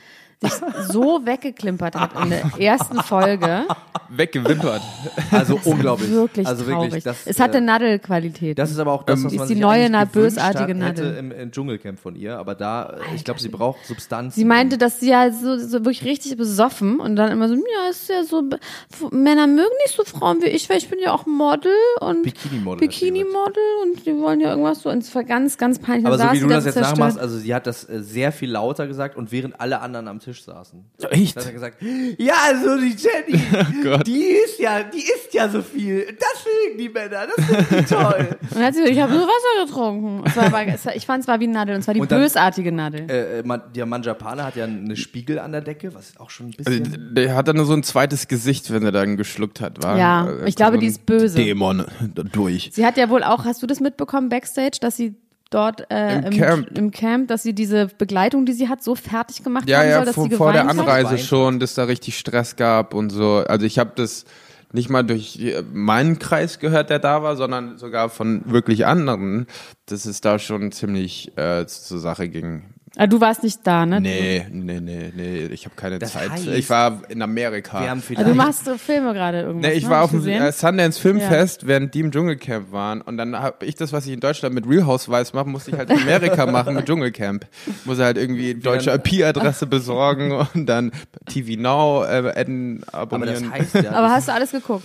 E: sich so weggeklimpert hat in der ersten Folge.
D: Weggewimpert.
C: Also unglaublich.
E: Wirklich
C: also
E: traurig.
C: wirklich, das,
E: es hatte
C: äh,
E: Nadelqualität.
C: das ist aber auch das, was
E: ist
C: man
E: die
C: sich
E: neue,
C: eigentlich
E: na,
C: gewünscht
E: bösartige
C: hat, hätte
E: Nadel.
C: im, im Dschungelcamp von ihr, aber da, äh, ich glaube, sie braucht Substanz.
E: Sie meinte, dass sie ja so, so wirklich richtig besoffen und dann immer so, ja, ist ja so, be- F- Männer mögen nicht so Frauen wie ich, weil ich bin ja auch Model und
C: Bikini-Model, hat sie
E: Bikini-Model und die wollen ja irgendwas so, und es war ganz, ganz peinlich.
C: aber
E: Dann
C: so
E: saß
C: wie du
E: sie da
C: das jetzt
E: zerstört.
C: nachmachst, also sie hat das äh, sehr viel lauter gesagt und während alle anderen am Tisch saßen.
D: Echt? Oh
C: Dann hat er gesagt, ja, also die Jenny, die ist ja, die ist ja so viel. Das mögen die Männer, das finde ich toll.
E: Und dann hat sie gesagt, ich habe nur Wasser getrunken. Es war aber, es war, ich fand es war wie eine Nadel und zwar die
C: Und dann-
E: bösartige Nadel.
C: äh, man, der Mann Japaner hat ja eine Spiegel an der Decke, was auch schon ein
D: Also,
C: bisschen.
D: der hat dann nur so ein zweites Gesicht, wenn er dann geschluckt hat, war.
E: Ja,
D: äh,
E: ich glaube, die
D: ein
E: ist böse.
D: Dämon durch.
E: Sie hat ja wohl auch, hast du das mitbekommen backstage, dass sie dort äh,
D: Im Camp.
E: im Camp, dass sie diese Begleitung, die sie hat, so fertig gemacht
D: Ja,
E: haben soll,
D: ja,
E: dass
D: vor,
E: sie
D: vor
E: geweint
D: der
E: hat?
D: Anreise
C: Geweint
D: schon, dass da richtig Stress gab und so. Also ich habe das nicht mal durch äh, meinen Kreis gehört, der da war, sondern sogar von wirklich anderen, dass es da schon ziemlich äh, zur Sache ging.
E: Ah, du warst nicht da, ne?
D: Nee, nee, nee, nee, ich habe keine
C: Das
D: Zeit.
C: heißt,
D: ich war in Amerika.
C: Wir haben
E: Ah, Du
C: vielleicht.
E: machst so Filme gerade irgendwas.
D: Nee, ich
E: ne?
D: war
E: Hab
D: auf dem
E: gesehen.
D: äh, Sundance Filmfest, während die im Dschungelcamp waren. Und dann habe ich das, was ich in Deutschland mit Real Housewives mache, musste ich halt in Amerika machen mit Dschungelcamp. Muss halt irgendwie deutsche IP-Adresse besorgen und dann TV Now äh, adden,
C: aber das
D: abonnieren.
C: heißt ja.
E: Aber
C: das-
E: hast du alles geguckt?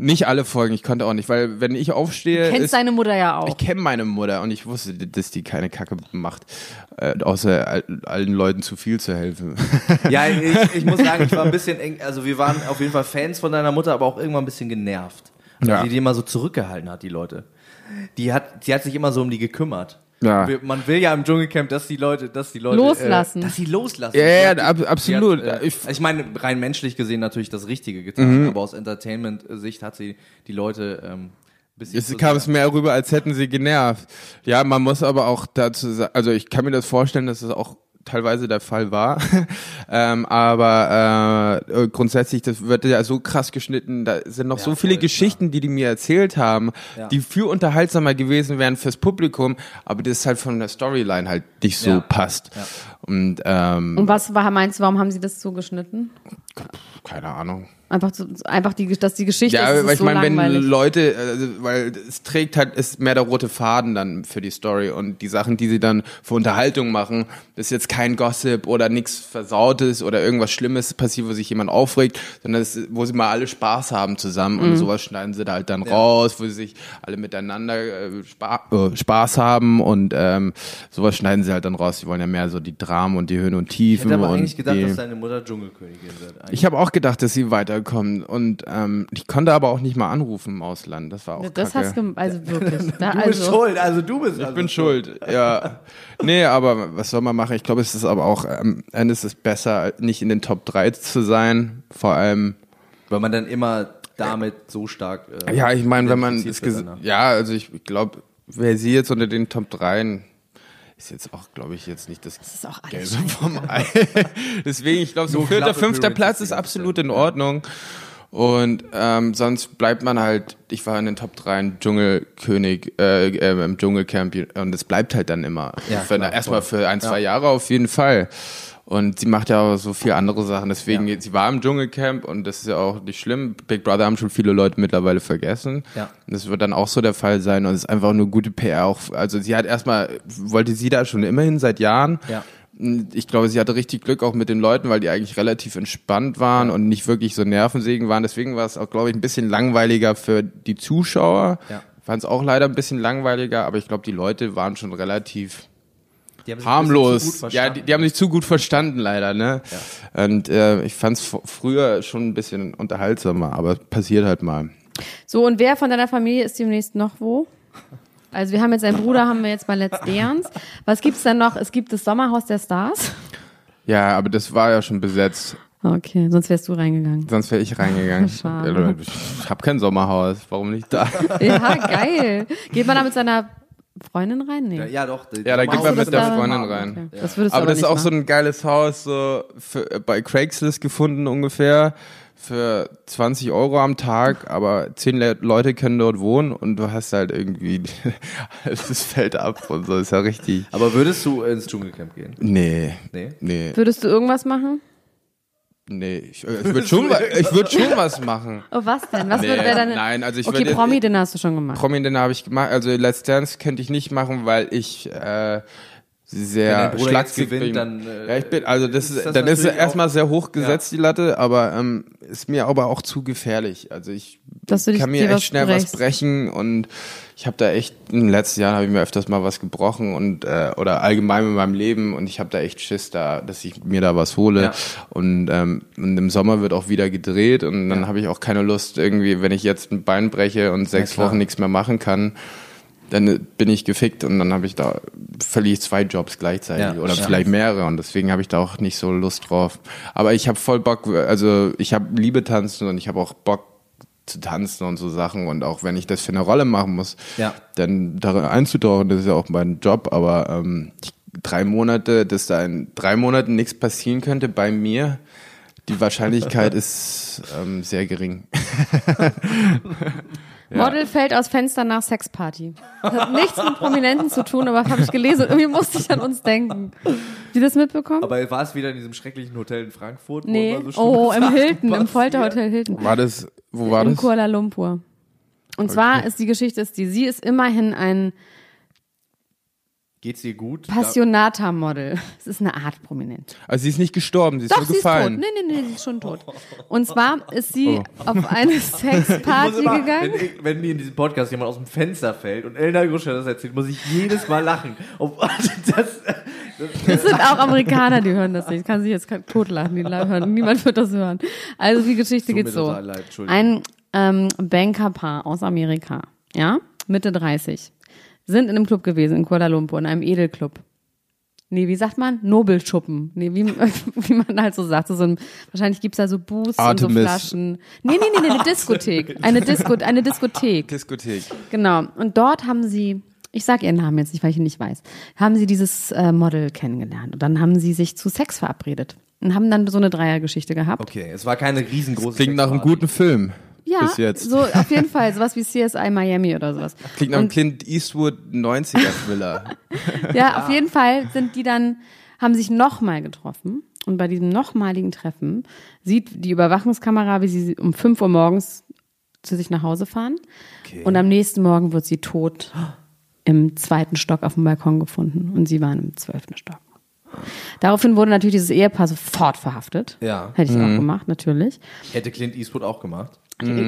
D: nicht alle Folgen, ich konnte auch nicht, weil wenn ich aufstehe,
E: Kennst
D: ist,
E: deine Mutter ja
D: ich
E: auch.
D: kenne meine Mutter und ich wusste, dass die keine Kacke macht, äh, außer all- allen Leuten zu viel zu helfen.
C: ja, ich, ich muss sagen, ich war ein bisschen eng. Also, wir waren auf jeden Fall Fans von deiner Mutter, aber auch irgendwann ein bisschen genervt. Weil
D: Ja.
C: die die immer so zurückgehalten hat, die Leute. Die hat, die hat sich immer so um die gekümmert.
D: Ja.
C: Wir- Man will ja im Dschungelcamp, dass die Leute, dass die Leute
E: Loslassen.
C: Äh, dass sie loslassen.
D: Ja, ja,
C: Die-
D: ab-
C: die
D: absolut.
C: Hat, äh,
D: Ich- Mhm.
C: ich, ich meine, rein menschlich gesehen natürlich das Richtige getan, aber aus Entertainment-Sicht hat sie die Leute ähm, ein bisschen.
D: Es
C: zu
D: kam
C: sehr-
D: es mehr rüber, als hätten sie genervt. Ja, man muss aber auch dazu sagen, also ich kann mir das vorstellen, dass es auch teilweise der Fall war. ähm, aber äh, äh, grundsätzlich, das wird ja so krass geschnitten, da sind noch so viele
C: voll,
D: Geschichten, die die mir erzählt haben, die viel unterhaltsamer gewesen wären fürs Publikum, aber das halt von der Storyline halt nicht so
C: Ja.
D: passt. Und ähm,
E: Und was war, meinst du, warum haben sie das so geschnitten?
D: keine Ahnung.
E: Einfach, so, einfach die, dass die Geschichte
D: Ja,
E: ist, es
D: weil
E: ist
D: ich
E: so
D: meine, wenn
E: langweilig.
D: Leute, also, weil es trägt halt, ist mehr der rote Faden dann für die Story und die Sachen, die sie dann für Unterhaltung machen, ist jetzt kein Gossip oder nichts Versautes oder irgendwas Schlimmes passiert, wo sich jemand aufregt, sondern es, ist- wo sie mal alle Spaß haben zusammen und sowas schneiden sie da halt dann raus, wo sie sich alle miteinander äh, spa äh, Spaß haben und ähm, sowas schneiden sie halt dann raus. Sie wollen ja mehr so die Kram und die Höhen und Tiefen.
C: hätte aber
D: und
C: eigentlich gedacht,
D: die,
C: dass deine Mutter Dschungelkönigin wird. Eigentlich.
D: ich habe auch gedacht, dass sie weiterkommen und ähm, ich konnte aber auch nicht mal anrufen im Ausland. Das war auch
E: Das
D: kacke.
E: hast du, gem- also wirklich. Na,
C: Du bist
E: also,
C: schuld, also du bist.
D: Ich bin schuld, ja. Nee, aber was soll man machen? Ich glaube, es ist aber auch, am Ende ist es besser, nicht in den Top 3 zu sein. Vor allem,
C: Weil man dann immer damit so stark. äh,
D: Äh, ja, ich meine, wenn man es
C: identifiziert wird
D: ges-
C: danach.
D: Ja, also ich glaube, wer sie jetzt unter den Top 3 ist jetzt auch, glaube ich, jetzt nicht das,
E: ist auch alles
D: Gelbe vom Ei. Deswegen, ich glaube, so
C: Nur
D: vierter,
C: Club
D: fünfter
C: Appearances
D: Platz ist
C: die ganze
D: absolut
C: Zeit,
D: in Ordnung. Und ähm, sonst bleibt man halt, ich war in den Top 3 im Dschungelkönig, äh, äh, im Dschungelcamp und es bleibt halt dann immer.
C: Ja,
D: für,
C: klar,
D: erstmal
C: voll.
D: für ein, zwei Jahre auf jeden Fall. Und sie macht ja auch so viel andere Sachen. Deswegen,
C: Ja.
D: sie war im Dschungelcamp und das ist ja auch nicht schlimm. Big Brother haben schon viele Leute mittlerweile vergessen.
C: Ja.
D: Und Das wird dann auch so der Fall sein und es ist einfach nur gute PR auch. Also sie hat erstmal, wollte sie da schon immerhin seit Jahren.
C: Ja.
D: Ich glaube, sie hatte richtig Glück auch mit den Leuten, weil die eigentlich relativ entspannt waren und nicht wirklich so Nervensägen waren. Deswegen war es auch, glaube ich, ein bisschen langweiliger für die Zuschauer.
C: Ja.
D: Fand es auch leider ein bisschen langweiliger, aber ich glaube, die Leute waren schon relativ
C: Die haben sich ein bisschen zu
D: harmlos.
C: gut
D: ja,
C: verstanden.
D: die, die haben sich zu gut verstanden, leider, ne? Und äh, ich fand es früher schon ein bisschen unterhaltsamer, aber passiert halt mal.
E: so, und wer von deiner Familie ist demnächst noch wo? Also wir haben jetzt seinen Bruder, haben wir jetzt bei Let's Dance. Was gibt's denn noch? Es gibt das Sommerhaus der Stars.
D: Ja, aber das war ja schon besetzt.
E: Okay, sonst wärst du reingegangen.
D: Sonst wäre ich reingegangen.
E: Schade.
D: Ja, Leute, Ich hab kein Sommerhaus. Warum nicht da?
E: Ja, geil. Geht man da mit seiner Freundin rein? Nee.
C: Ja, ja, doch. die-
D: Ja, da
C: die
D: geht
C: Maus
D: man mit
C: ist
D: der
C: da-
D: Freundin rein.
E: Okay. Das würdest du
D: aber das ist
E: nicht
D: auch
E: machen.
D: so ein geiles Haus, so für, äh, bei Craigslist gefunden ungefähr, für 20 Euro am Tag, aber 10 Le Leute können dort wohnen und du hast halt irgendwie, es fällt ab und so, ist ja richtig.
C: Aber würdest du ins Dschungelcamp gehen?
D: Nee,
C: Nee.
D: nee,
E: Würdest du irgendwas machen?
D: nee, ich, äh, ich würde schon, wa- ich würd schon was machen.
E: Oh, was denn? Was
D: Nee,
E: wird wer dann?
D: nein, also ich
E: okay,
D: würde-
E: Promi, den hast du schon gemacht.
D: Promi, den habe ich gemacht, also Let's Dance könnte ich nicht machen, weil ich, äh,
C: Wenn
D: sehr
C: dein Bruder
D: schlagzig
C: jetzt gewinnt,
D: bin.
C: dann, äh,
D: ja, ich bin, also das,
C: ist
D: ist
C: das
D: dann ist es
C: natürlich
D: erstmal
C: auch-
D: sehr hoch gesetzt, die Latte, aber ähm, ist mir aber auch zu gefährlich. Also ich
E: Dass du dich-
D: kann mir
E: dir
D: echt
E: was
D: schnell was
E: brechst.
D: brechen und ich habe da echt, in den letzten Jahren habe ich mir öfters mal was gebrochen und äh, oder allgemein in meinem Leben und ich habe da echt Schiss da, dass ich mir da was hole.
C: Ja.
D: Und, ähm, und im Sommer wird auch wieder gedreht und dann habe ich auch keine Lust irgendwie, wenn ich jetzt ein Bein breche und sechs
C: klar.
D: Wochen nichts mehr machen kann, dann bin ich gefickt und dann habe ich da verliere ich zwei Jobs gleichzeitig
C: Ja,
D: oder
C: ja.
D: vielleicht mehrere und deswegen habe ich da auch nicht so Lust drauf. Aber ich habe voll Bock, also ich habe liebe tanzen und ich habe auch Bock zu tanzen und so Sachen und auch wenn ich das für eine Rolle machen muss,
C: Ja.
D: dann darin einzutauchen, das ist ja auch mein Job, aber ähm, ich- drei Monate, dass da in drei Monaten nichts passieren könnte bei mir, die Wahrscheinlichkeit ist ähm, sehr gering.
E: Model fällt aus Fenster nach Sexparty. Das hat nichts mit Prominenten zu tun, aber habe ich gelesen und irgendwie musste ich an uns denken. Habt ihr das mitbekommen?
C: Aber war es wieder in diesem schrecklichen Hotel in Frankfurt? wo
E: nee.
C: immer so schlimme
E: oh, im
C: Sachen
E: Hilton, im
C: passieren?
E: Folterhotel Hilton.
D: War das, wo war
E: in
D: das?
E: Kuala Lumpur. Und zwar ist die Geschichte ist die, sie ist immerhin ein
C: Geht's dir gut?
E: Passionata-Model. Es ist eine Art Prominent.
D: Also sie ist nicht gestorben, sie ist
E: Doch,
D: nur
E: sie ist tot. ne?
D: gefallen.
E: Nee, nee, nee, sie ist schon tot. Oh. Und zwar ist sie auf eine Sexparty
C: Immer,
E: gegangen.
C: Wenn, wenn mir in diesem Podcast jemand aus dem Fenster fällt und Elena Gruscher das erzählt, muss ich jedes Mal lachen. Ob, das,
E: Das sind auch Amerikaner, die hören das nicht. Kann sich jetzt kein- totlachen, die la- hören. Niemand wird das hören. Also die Geschichte
C: Tut mir
E: geht so.
C: total leid, Entschuldigung.
E: Ein ähm, Bankerpaar aus Amerika, ja, Mitte 30, sind in einem Club gewesen in Kuala Lumpur, in einem Edelclub. Nee, wie sagt man? Nobelschuppen. Nee, wie, wie man halt so sagt. So so ein, wahrscheinlich gibt's da so Booths und so
D: Artemis.
E: Flaschen. Nee, nee, nee, nee, eine Diskothek. Eine, Disco, eine Diskothek.
D: Ah, Diskothek.
E: Genau. Und dort haben sie, ich sage ihren Namen jetzt nicht, weil ich ihn nicht weiß, haben sie dieses äh, Model kennengelernt. Und dann haben sie sich zu Sex verabredet. Und haben dann so eine Dreiergeschichte gehabt.
C: okay, es war keine riesengroße.
D: Klingt nach einem
C: Sexparty.
D: guten Film.
E: Ja,
D: Bis jetzt.
E: so auf jeden Fall. Sowas wie CSI Miami oder sowas.
D: Klingt nach einem Clint Eastwood 90er Thriller.
E: Ja, auf jeden Fall sind die dann, haben sich nochmal getroffen. Und bei diesem nochmaligen Treffen sieht die Überwachungskamera, wie sie um 5 Uhr morgens zu sich nach Hause fahren. Und am nächsten Morgen wird sie tot im zweiten Stock auf dem Balkon gefunden. Und sie waren im zwölften Stock. Daraufhin wurde natürlich dieses Ehepaar sofort verhaftet.
C: Ja.
E: Hätte ich auch gemacht, natürlich.
C: Hätte Clint Eastwood auch gemacht.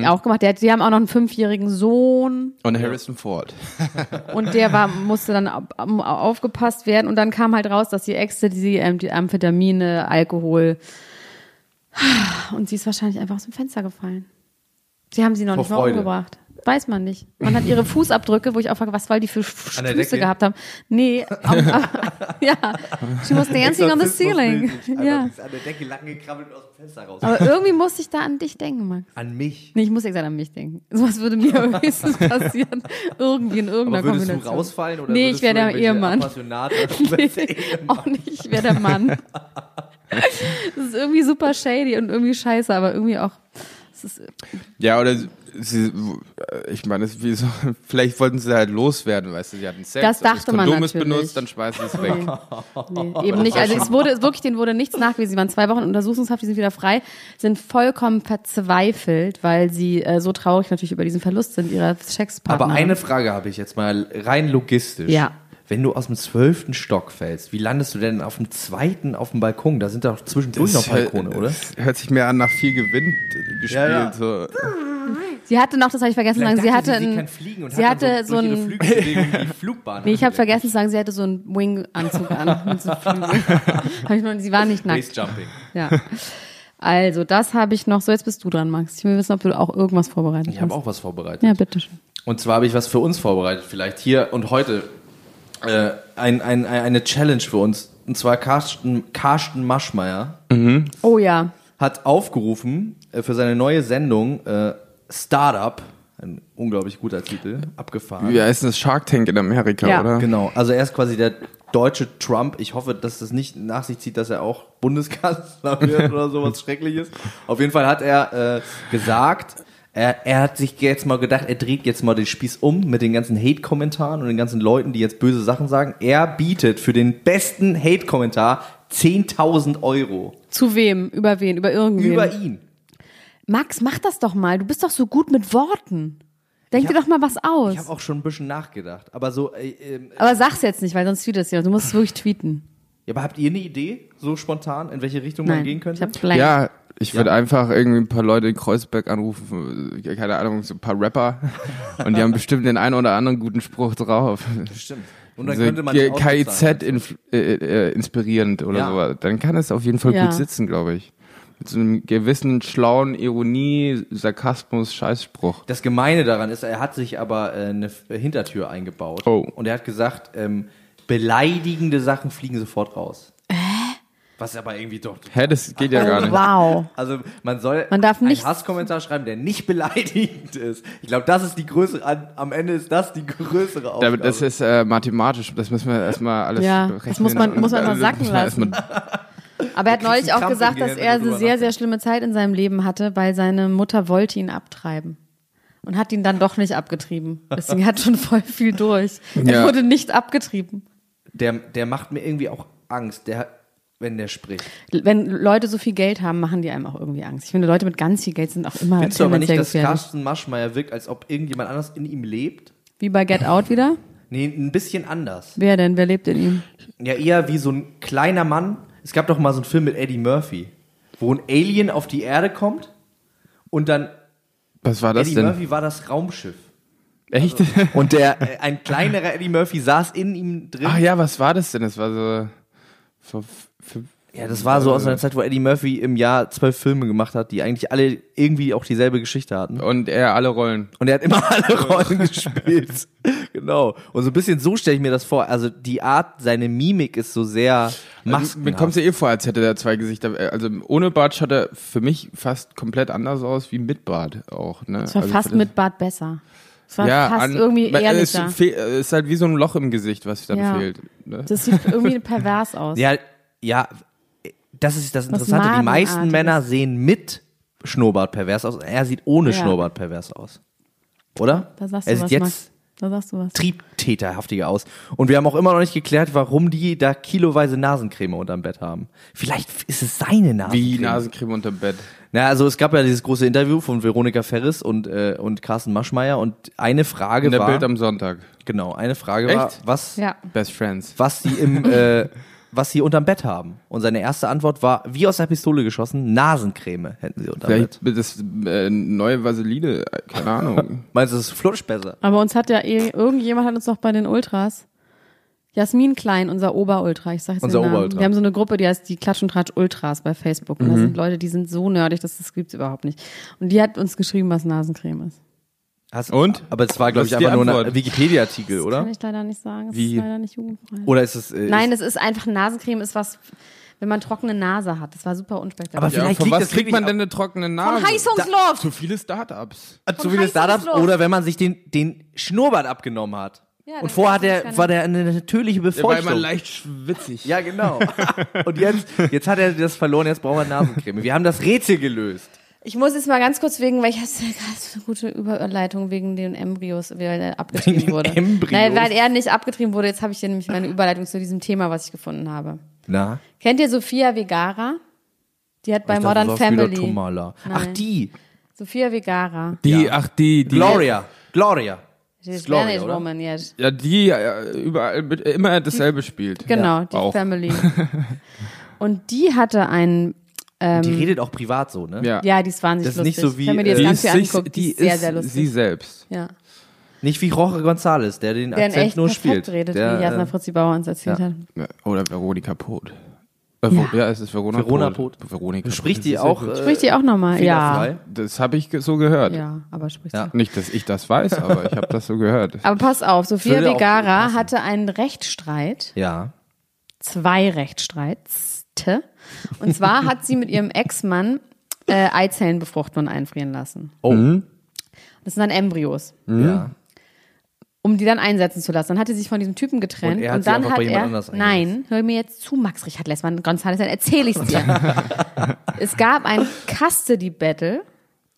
E: Auch gemacht. Der, hat- die haben auch noch einen fünfjährigen Sohn
D: Und Harrison Ford.
E: und der war, musste dann au- au- aufgepasst werden. Und dann kam halt raus, dass die Ecstasy, ähm, die Amphetamine, Alkohol. Und sie ist wahrscheinlich einfach aus dem Fenster gefallen. Sie haben sie noch
C: Vor
E: nicht mal
C: Freude.
E: umgebracht. Weiß man nicht. Man hat ihre Fußabdrücke, wo ich auch frage, was soll die für
C: An der
E: Füße
C: Decke?
E: gehabt haben. Nee, am, ja. She was dancing on the ceiling. Ja.
C: an der Decke lang gekrabbelt und aus dem Fenster raus.
E: Aber irgendwie muss ich da an dich denken, Max.
C: An mich.
E: Nee, ich muss exakt an mich denken. Sowas würde mir höchstens passieren. Irgendwie in irgendeiner
C: Aber würdest du
E: Kombination.
C: rausfallen oder
E: Nee, ich wäre der Ehemann.
C: Nee.
E: Auch nicht, ich wäre der Mann. Das ist irgendwie super shady und irgendwie scheiße, aber irgendwie auch. Es ist,
D: Ja, oder sie, ich meine, es ist wie so, vielleicht wollten sie halt loswerden, weißt du, sie hatten Sex.
E: Das
D: aber
E: dachte
D: das
E: man
D: Kondom ist
E: natürlich.
D: benutzt, dann schmeißen sie es weg.
E: nee,
C: Oh,
E: eben nicht. Also es wurde wirklich, denen wurde nichts nachgewiesen. Sie waren zwei Wochen in Untersuchungshaft, die sind wieder frei, sind vollkommen verzweifelt, weil sie äh, so traurig natürlich über diesen Verlust sind ihrer Sexpartner.
C: Aber eine Frage habe ich jetzt mal rein logistisch.
E: Ja.
C: Wenn du aus dem zwölften Stock fällst, wie landest du denn auf dem zweiten auf dem Balkon? Da sind doch zwischendurch noch Balkone, oder?
D: Das hört sich mehr an nach viel Gewinn gespielt.
C: Ja, ja.
D: So.
E: Sie hatte noch, das habe ich vergessen zu sagen, sie hatte
C: sie
E: einen,
C: kann fliegen und
E: sie
C: hat dann
E: hatte so
C: durch ihre
E: einen-
C: Flugbewegung die Flugbahn.
E: Nee, ich habe vergessen zu sagen, sie hatte so einen Wing-Anzug an. Mit so Flügeln. hab ich noch, sie war nicht nackt.
C: Base Jumping.
E: Ja. Also, das habe ich noch. So, jetzt bist du dran, Max. Ich will wissen, ob du auch irgendwas vorbereitet
C: Ich
E: hast.
C: habe auch was vorbereitet.
E: Ja, bitteschön.
C: Und zwar habe ich was für uns vorbereitet, vielleicht hier und heute. Äh, ein, ein, ein, eine Challenge für uns. Und zwar Carsten, Carsten Maschmeyer
E: Oh ja.
C: hat aufgerufen äh, für seine neue Sendung äh, Startup. Ein unglaublich guter Titel. Abgefahren.
D: Wie heißt das Shark Tank in Amerika,
E: Ja.
D: oder?
C: Genau. Also er ist quasi der deutsche Trump. Ich hoffe, dass das nicht nach sich zieht, dass er auch Bundeskanzler wird oder sowas Schreckliches. Auf jeden Fall hat er äh, gesagt, er, er hat sich jetzt mal gedacht, er dreht jetzt mal den Spieß um mit den ganzen Hate-Kommentaren und den ganzen Leuten, die jetzt böse Sachen sagen. Er bietet für den besten Hate-Kommentar 10.000 Euro
E: Zu wem? Über wen? Über irgendwen?
C: über ihn.
E: Max, mach das doch mal. Du bist doch so gut mit Worten. Denk dir doch mal was aus.
C: Ich habe auch schon ein bisschen nachgedacht, aber so. Äh, ähm,
E: Aber sag's jetzt nicht, weil sonst tweetest du. Du musst es wirklich tweeten.
C: ja, aber habt ihr eine Idee so spontan, in welche Richtung man
E: Nein.
C: gehen könnte?
E: Ich hab blank.
D: Ja, ich würde einfach irgendwie ein paar Leute in Kreuzberg anrufen, äh, keine Ahnung, so ein paar Rapper. Und die haben bestimmt den einen oder anderen guten Spruch drauf.
C: Stimmt. Und dann
D: so
C: könnte man
D: K-
C: es ausbezahlen.
D: KIZ inf- äh, äh, inspirierend oder
C: Ja.
D: sowas. Dann kann es auf jeden Fall
E: Ja.
D: gut sitzen, glaube ich. Mit so einem gewissen schlauen Ironie, Sarkasmus, Scheißspruch.
C: Das Gemeine daran ist, er hat sich aber äh, eine F- Hintertür eingebaut.
D: Oh.
C: Und er hat gesagt, ähm, beleidigende Sachen fliegen sofort raus.
E: Äh?
C: Was aber irgendwie doch.
D: Hä, das geht
C: Oh,
D: ja gar nicht.
E: Oh, Wow.
C: Also man soll
E: Man darf
C: einen
E: nichts-
C: Hasskommentar schreiben, der nicht beleidigend ist. Ich glaube, das ist die größere, an, am Ende ist das die größere Aufgabe.
D: Damit, das ist äh, mathematisch, das müssen wir erstmal alles
E: Ja,
D: berechnen.
E: das muss man- muss man mal
D: Also,
E: sacken
D: muss man
E: lassen.
D: erstmal-
E: Aber er hat
C: kriegst
E: neulich
C: einen
E: auch
C: Krampf im
E: gesagt, dass
C: Gehirn, wenn
E: er
C: du
E: eine
C: drüber
E: sehr, sehr
C: nachdenkst.
E: schlimme Zeit in seinem Leben hatte, weil seine Mutter wollte ihn abtreiben. Und hat ihn dann doch nicht abgetrieben. Deswegen hat schon voll viel durch. Er
D: Ja.
E: wurde nicht abgetrieben.
C: der, der macht mir irgendwie auch Angst, der, wenn der spricht.
E: Wenn Leute so viel Geld haben, machen die einem auch irgendwie Angst. Ich finde, Leute mit ganz viel Geld sind auch immer
C: Findest du aber nicht,
E: tendenziell
C: dass
E: gefährlich.
C: Carsten Maschmeyer wirkt, als ob irgendjemand anders in ihm lebt?
E: Wie bei Get Out wieder?
C: Nee, ein bisschen anders.
E: Wer denn? Wer lebt in ihm?
C: Ja, eher wie so ein kleiner Mann. Es gab doch mal so einen Film mit Eddie Murphy, wo ein Alien auf die Erde kommt und dann
D: Was war das
C: Eddie
D: denn?
C: Murphy war das Raumschiff.
D: Echt?
C: Und der äh, ein kleinerer Eddie Murphy saß in ihm drin.
D: Ach Ah, ja, was war das denn? Das war so. Vor, für,
C: Ja, das war
D: Äh.
C: so aus einer Zeit, wo Eddie Murphy im Jahr zwölf Filme gemacht hat, die eigentlich alle irgendwie auch dieselbe Geschichte hatten.
D: Äh, und er alle Rollen.
C: Und er hat immer alle Rollen gespielt. Genau. Und so ein bisschen so stelle ich mir das vor. Also die Art, seine Mimik ist so sehr
D: Mir kommt es
C: maskenhaft.
D: ja eh vor, als hätte er zwei Gesichter. Also ohne Bart schaut er für mich fast komplett anders aus wie mit Bart auch. Ne?
E: Es war
D: also
E: fast mit Bart besser. Es war
D: Ja,
E: fast
D: an-
E: irgendwie
D: man- es
E: ehrlicher.
D: fehl- Es ist halt wie so ein Loch im Gesicht, was dann
E: Ja.
D: fehlt. Ne?
E: Das sieht irgendwie pervers aus.
C: Ja, ja, das ist das
E: Was
C: Interessante. Die meisten
E: Madenartiges.
C: Männer sehen mit Schnurrbart pervers aus. Er sieht ohne
E: Ja.
C: Schnurrbart pervers aus. Oder?
E: Da sagst
C: er
E: du
C: sieht
E: was,
C: jetzt
E: Max. Da sagst du was.
C: triebtäterhaftiger aus. Und wir haben auch immer noch nicht geklärt, warum die da kiloweise Nasencreme unterm Bett haben. Vielleicht ist es seine Nasencreme.
D: Wie Nasencreme unterm Bett.
C: Na, also es gab ja dieses große Interview von Veronika Ferris und, äh, und Carsten Maschmeyer und eine Frage
D: In der
C: war,
D: Bild am Sonntag.
C: genau, eine Frage war,
D: Echt?
C: was,
E: Ja.
D: Best Friends.
C: was sie im, äh, was sie unterm Bett haben. Und seine erste Antwort war, wie aus einer Pistole geschossen, Nasencreme hätten sie unterm Bett.
D: Vielleicht das äh, neue Vaseline, äh, keine Ahnung.
C: Meinst du, es flutscht besser?
F: Aber uns hat ja eh, irgendjemand hat uns noch bei den Ultras. Jasmin Klein, unser Oberultra, ich sag jetzt
C: Unser
F: den Namen.
C: Oberultra. Mhm.
F: Wir haben so eine Gruppe, die heißt die Klatsch und Tratsch Ultras bei Facebook. Und das sind Leute, die sind so nerdig, dass das gibt's überhaupt nicht. Und die hat uns geschrieben, was Nasencreme ist.
C: Hast,
D: Und?
C: Aber es war, glaube
D: Was
C: ich,
D: ist die
C: einfach nur ein
D: Antwort?
C: Wikipedia-Artikel,
F: Kann
C: oder?
F: ich leider nicht sagen. Es
D: Wie?
F: ist leider nicht jugendfrei.
C: Oder ist es... Äh,
E: Nein,
C: ist,
E: es ist einfach Nasencreme, ist was, wenn man trockene Nase hat. Das war super unspektakulär.
C: aber
D: Ja,
C: vielleicht
D: von
C: liegt
D: was
C: das
D: kriegt man denn
C: wirklich
D: eine trockene Nase?
E: Heißungsloch!
D: Zu viele Startups.
C: ab- zu viele Startups
E: Heißungslos.
C: oder wenn man sich den, den Schnurrbart abgenommen hat.
E: dann
C: Und vorher hat
E: kann ich
C: der,
E: gar
C: war der eine natürliche
D: Der war immer
C: Befeuchtung.
D: leicht schwitzig.
C: Ja, genau. Und jetzt, jetzt hat er das verloren, jetzt braucht er Nasencreme. Wir haben das Rätsel gelöst.
E: Ich muss jetzt mal ganz kurz wegen, weil ich hatte gerade so eine gute Überleitung wegen den Embryos, weil er abgetrieben
C: Wegen den
E: wurde.
C: Embryos?
E: Nein, weil er nicht abgetrieben wurde. Jetzt habe ich hier nämlich meine Überleitung zu diesem Thema, was ich gefunden habe.
C: Na?
E: Kennt ihr Sophia Vegara? Die hat bei
C: Ich dachte,
E: Modern
C: du sagst wieder
E: Family.
C: Tomala. Ach,
E: Nein.
C: die.
E: Sophia Vegara.
D: Die, ach die, die.
C: Gloria. Gloria.
E: Die
C: Ist Gloria,
E: Spanish
C: oder?
E: Woman, yes.
D: Ja, die äh, überall mit, äh, immer dasselbe spielt.
E: Genau, die
D: auch.
E: Family. Und die hatte einen, Ähm.
C: Die redet auch privat so, ne?
D: Ja.
E: ja, die ist wahnsinnig
C: Das ist nicht
E: lustig.
C: so wie, äh,
E: Wenn man die jetzt
D: Die
E: ganz
D: ist,
E: viel
D: sich,
E: anguckt,
D: die ist
E: sehr, sehr
D: sie
E: lustig.
D: selbst.
E: Ja.
C: Nicht wie Jorge González, der den
E: Der in
C: Akzent
E: echt
C: nur
E: perfekt
C: spielt.
E: redet,
C: der,
E: wie Jasna
C: äh,
E: Fritzi Bauer uns erzählt
C: ja.
E: hat.
D: Ja, Äh, Oder Veronika Poth. Äh, ja. ja, es ist Verona,
C: Verona
D: Poth. Veronika
C: spricht
D: Poth.
C: die
D: Das
C: auch.
D: ist-
C: äh,
E: Sprich die auch nochmal. Ja.
C: fehlerfrei?
D: Das habe ich ge- so gehört.
E: Ja, aber sprich
C: Ja.
E: ja.
D: Nicht, dass ich das weiß, aber ich habe das so gehört.
E: Aber pass auf, Sophia
C: Würde auch
E: Vergara hatte einen Rechtsstreit,
C: Ja.
E: zwei Rechtsstreits. Und zwar hat sie mit ihrem Ex-Mann äh, Eizellen befruchten und einfrieren lassen.
C: Oh.
E: Das sind dann Embryos,
C: Ja.
E: um die dann einsetzen zu lassen. Dann hat sie sich von diesem Typen getrennt
C: Und
E: und,
C: er hat sie
E: dann
C: einfach
E: hat
C: bei jemand
E: er
C: anders
E: Nein, hör mir jetzt zu, Max Richard Lessmann, González, dann erzähle ich es dir. es gab ein Custody Battle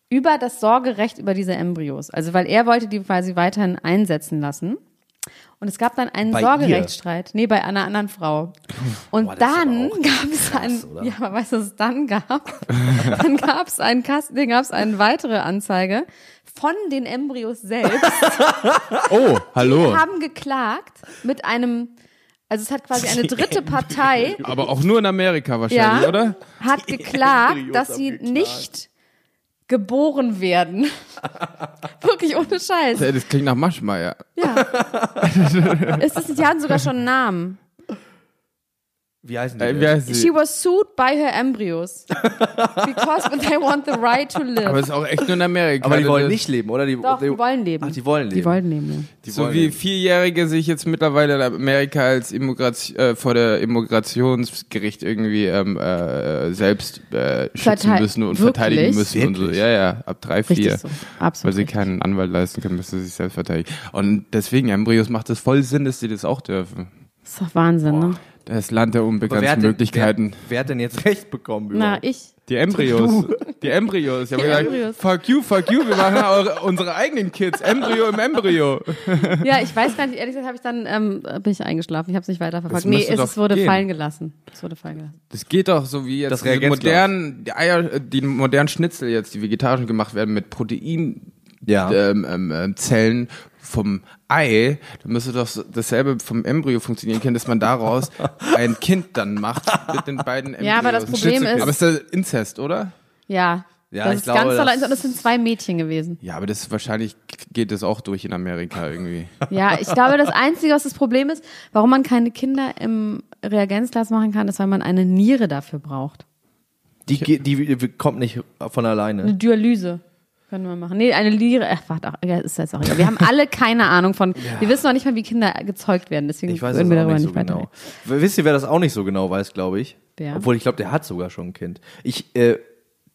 E: über das Sorgerecht über diese Embryos. Also weil er wollte die quasi weiterhin einsetzen lassen. Und es gab dann einen
C: Bei
E: Sorgerechtsstreit. Nee, bei einer anderen Frau. Und
C: Boah, das ist
E: dann
C: aber auch
E: gab es einen,
C: oder?
E: ja, aber weißt du, was es dann gab? dann gab es einen Kasten, dann gab es eine weitere Anzeige von den Embryos selbst.
D: Oh, hallo.
E: haben geklagt mit einem, also es hat quasi eine dritte Partei,
D: Aber auch nur in Amerika wahrscheinlich,
E: ja,
D: oder?
E: hat geklagt, dass sie nicht geboren werden. Wirklich ohne Scheiß.
D: Ey, Das klingt nach Maschmeyer.
E: Ja. Ist das nicht, die hatten sogar schon einen Namen.
C: Wie heißen die?
D: Äh,
C: denn?
D: wer ist
E: She
D: sie?
E: was sued by her embryos. Because they want the right to live.
D: Aber es ist auch echt nur in Amerika.
C: Aber die wollen
D: Das-
C: nicht leben, oder? Die,
E: Doch,
C: die,
E: die wollen leben.
C: Ach, Ah, die wollen leben.
E: Die wollen leben.
C: Die
D: So
C: wollen
D: wie
C: leben.
D: Vierjährige sich jetzt mittlerweile in Amerika als Immigration, äh, vor der Immigrationsgericht irgendwie ähm, äh, selbst äh, schützen
E: Vertei-
D: müssen und
E: Wirklich?
D: verteidigen müssen und
C: Wirklich?
D: so. Ja, ja, ab drei,
E: Richtig
D: vier.
E: so.
D: Weil
E: Absolut.
D: sie keinen Anwalt leisten können, müssen sie sich selbst verteidigen. Und deswegen, Embryos macht es voll Sinn, dass sie das auch dürfen.
E: Das ist doch Wahnsinn, ne?
D: Das Land der
C: Aber wer hat
D: unbekannten
C: denn-
D: Möglichkeiten.
C: Wer, wer hat denn jetzt recht bekommen?
E: Na,
C: überhaupt?
E: ich.
D: Die Embryos. Die Embryos. Ich habe gesagt,
E: Embryos.
D: fuck you, fuck you, wir machen eure, unsere eigenen Kids. Embryo im Embryo.
E: Ja, ich weiß gar nicht, ehrlich gesagt habe ich dann, ähm, bin ich eingeschlafen, ich habe es nicht weiterverfolgt.
D: Das
E: Nee,
D: müsste
E: es,
D: doch
E: es wurde
D: gehen.
E: fallen gelassen. Es wurde fallen gelassen.
D: Das geht doch so wie
C: Das
D: jetzt die
C: Reagenzglas.
D: modernen, die Eier, äh, die modernen Schnitzel jetzt, die vegetarischen gemacht werden mit Protein.
C: Ja.
D: Ähm, ähm, ähm, Zellen vom Ei, da müsste doch so- dasselbe vom Embryo funktionieren können, dass man daraus ein Kind dann macht mit den beiden Embryos.
E: Ja, aber das Problem ist-
D: Aber ist das Inzest, oder?
E: Ja.
C: Ja,
E: das
C: ich
E: ist ganz
C: glaube,
E: toll.
C: das-
E: Das, das sind zwei Mädchen gewesen.
D: Ja, aber das wahrscheinlich geht das auch durch in Amerika irgendwie.
E: Ja, ich glaube, das Einzige, was das Problem ist, warum man keine Kinder im Reagenzglas machen kann, ist, weil man eine Niere dafür braucht.
C: Die, ge- die, die kommt nicht von alleine.
E: Eine Dialyse können wir machen. Nee, eine Niere. Ach, warte, ach, ja, ist jetzt auch egal. Wir haben alle keine Ahnung von. Wir wissen noch nicht mal, wie Kinder gezeugt werden. Deswegen
C: Ich weiß
E: würden
C: es
E: wir
C: auch
E: darüber
C: nicht
E: nicht,
C: so genau.
E: weiter.
C: W- Wisst ihr, wer das auch nicht so genau weiß, glaube ich?
E: Wer?
C: Obwohl, ich glaube, der hat sogar schon ein Kind. Ich, äh,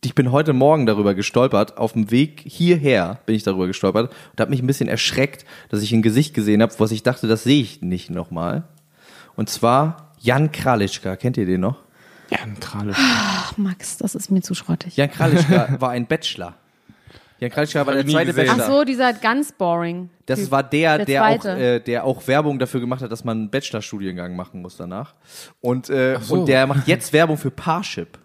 C: ich bin heute Morgen darüber gestolpert. Auf dem Weg hierher bin ich darüber gestolpert und habe mich ein bisschen erschreckt, dass ich ein Gesicht gesehen habe, was ich dachte, das sehe ich nicht nochmal. Und zwar Jan Kralitschka. Kennt ihr den noch?
D: Ja, gerade.
E: Ach, Max, das ist mir zu schrottig.
C: Jan Kralitschka war ein Bachelor. Jan Kralitschka
D: Hab
C: war der
D: ich nie
C: zweite
D: gesehen.
C: Bachelor.
E: Ach so, dieser ganz boring.
C: Das
E: Typ.
C: war der,
E: Der
C: der, auch,
E: zweite.
C: äh, der auch Werbung dafür gemacht hat, dass man einen Bachelorstudiengang machen muss danach. Und, äh,
D: so.
C: und der macht jetzt Werbung für Parship.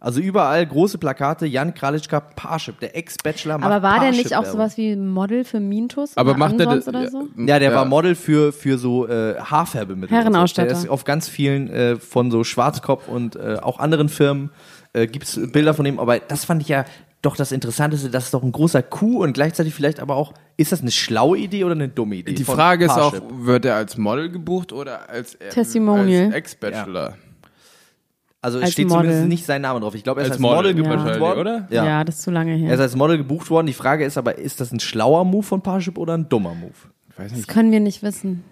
C: Also überall große Plakate, Jan Kralitschka, Parship, der Ex-Bachelor macht
E: Aber war der nicht
C: Parship
E: auch sowas wie Model für Mintus?
D: Aber
E: oder
D: macht er
E: Ansons
D: das?
E: oder so?
C: Ja, der war Model für, für so äh, Haarfärbemittel.
E: Herrenausstatter.
C: Der ist auf ganz vielen äh, von so Schwarzkopf und äh, auch anderen Firmen äh, gibt's Bilder von ihm. Aber das fand ich ja doch das Interessanteste. Das ist doch ein großer Coup und gleichzeitig vielleicht aber auch, ist das eine schlaue Idee oder eine dumme Idee?
D: Die
C: von
D: Frage ist auch,
C: Parship?
D: wird er als Model gebucht oder als, äh,
E: Testimonial.
D: als Ex-Bachelor?
C: Also es
E: als
C: steht
E: Model.
C: zumindest nicht sein Name drauf. Ich glaube, er ist als,
D: Als Model
C: Model gebucht
D: wahrscheinlich,
C: worden.
D: oder?
C: Ja.
E: ja, das ist zu lange
C: Er ist
E: her.
C: als Model gebucht worden. Die Frage ist aber, ist das ein schlauer Move von Parship oder ein dummer Move?
D: Ich weiß
E: Das
D: nicht.
E: können wir nicht wissen.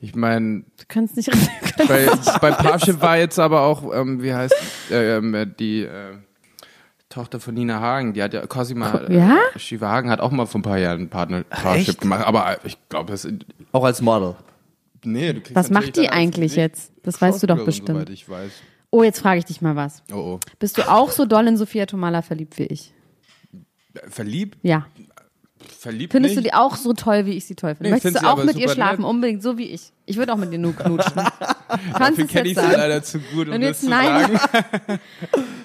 D: Ich meine,
E: Du kannst nicht können.
D: bei, bei Parship war jetzt aber auch, ähm, wie heißt äh, ähm, äh, die äh, Tochter von Nina Hagen, die hat ja Cosima äh,
E: Ja?
D: Shiva Hagen hat auch mal vor ein paar Jahren Partner Parship
C: echt?
D: gemacht, aber äh, ich glaube, das
C: Auch als Model.
D: nee, du kriegst
E: Was
D: natürlich
E: macht die
D: dann als
E: eigentlich
D: Gesicht
E: jetzt? Das weißt du doch
D: Schauspielerin,
E: bestimmt.
D: Soweit ich weiß.
E: Oh, jetzt frage ich dich mal was.
D: Oh, oh.
E: Bist du auch so doll in Sophia Tomala verliebt wie ich?
D: Verliebt,
E: Ja.
D: verliebt
E: Findest
D: nicht.
E: du die auch so toll, wie ich sie toll finde?
D: Nee, ich
E: Möchtest
D: find
E: du
D: sie
E: auch
D: aber
E: mit ihr
D: super
E: schlafen?
D: nett.
E: Unbedingt, so wie ich. Ich würde auch mit dir nur knutschen. Kannst du
D: Dafür
E: es
D: kenne
E: jetzt
D: ich sie
E: sagen?
D: leider zu gut, um
E: Wenn du jetzt
D: das zu
E: Nein,
D: sagen.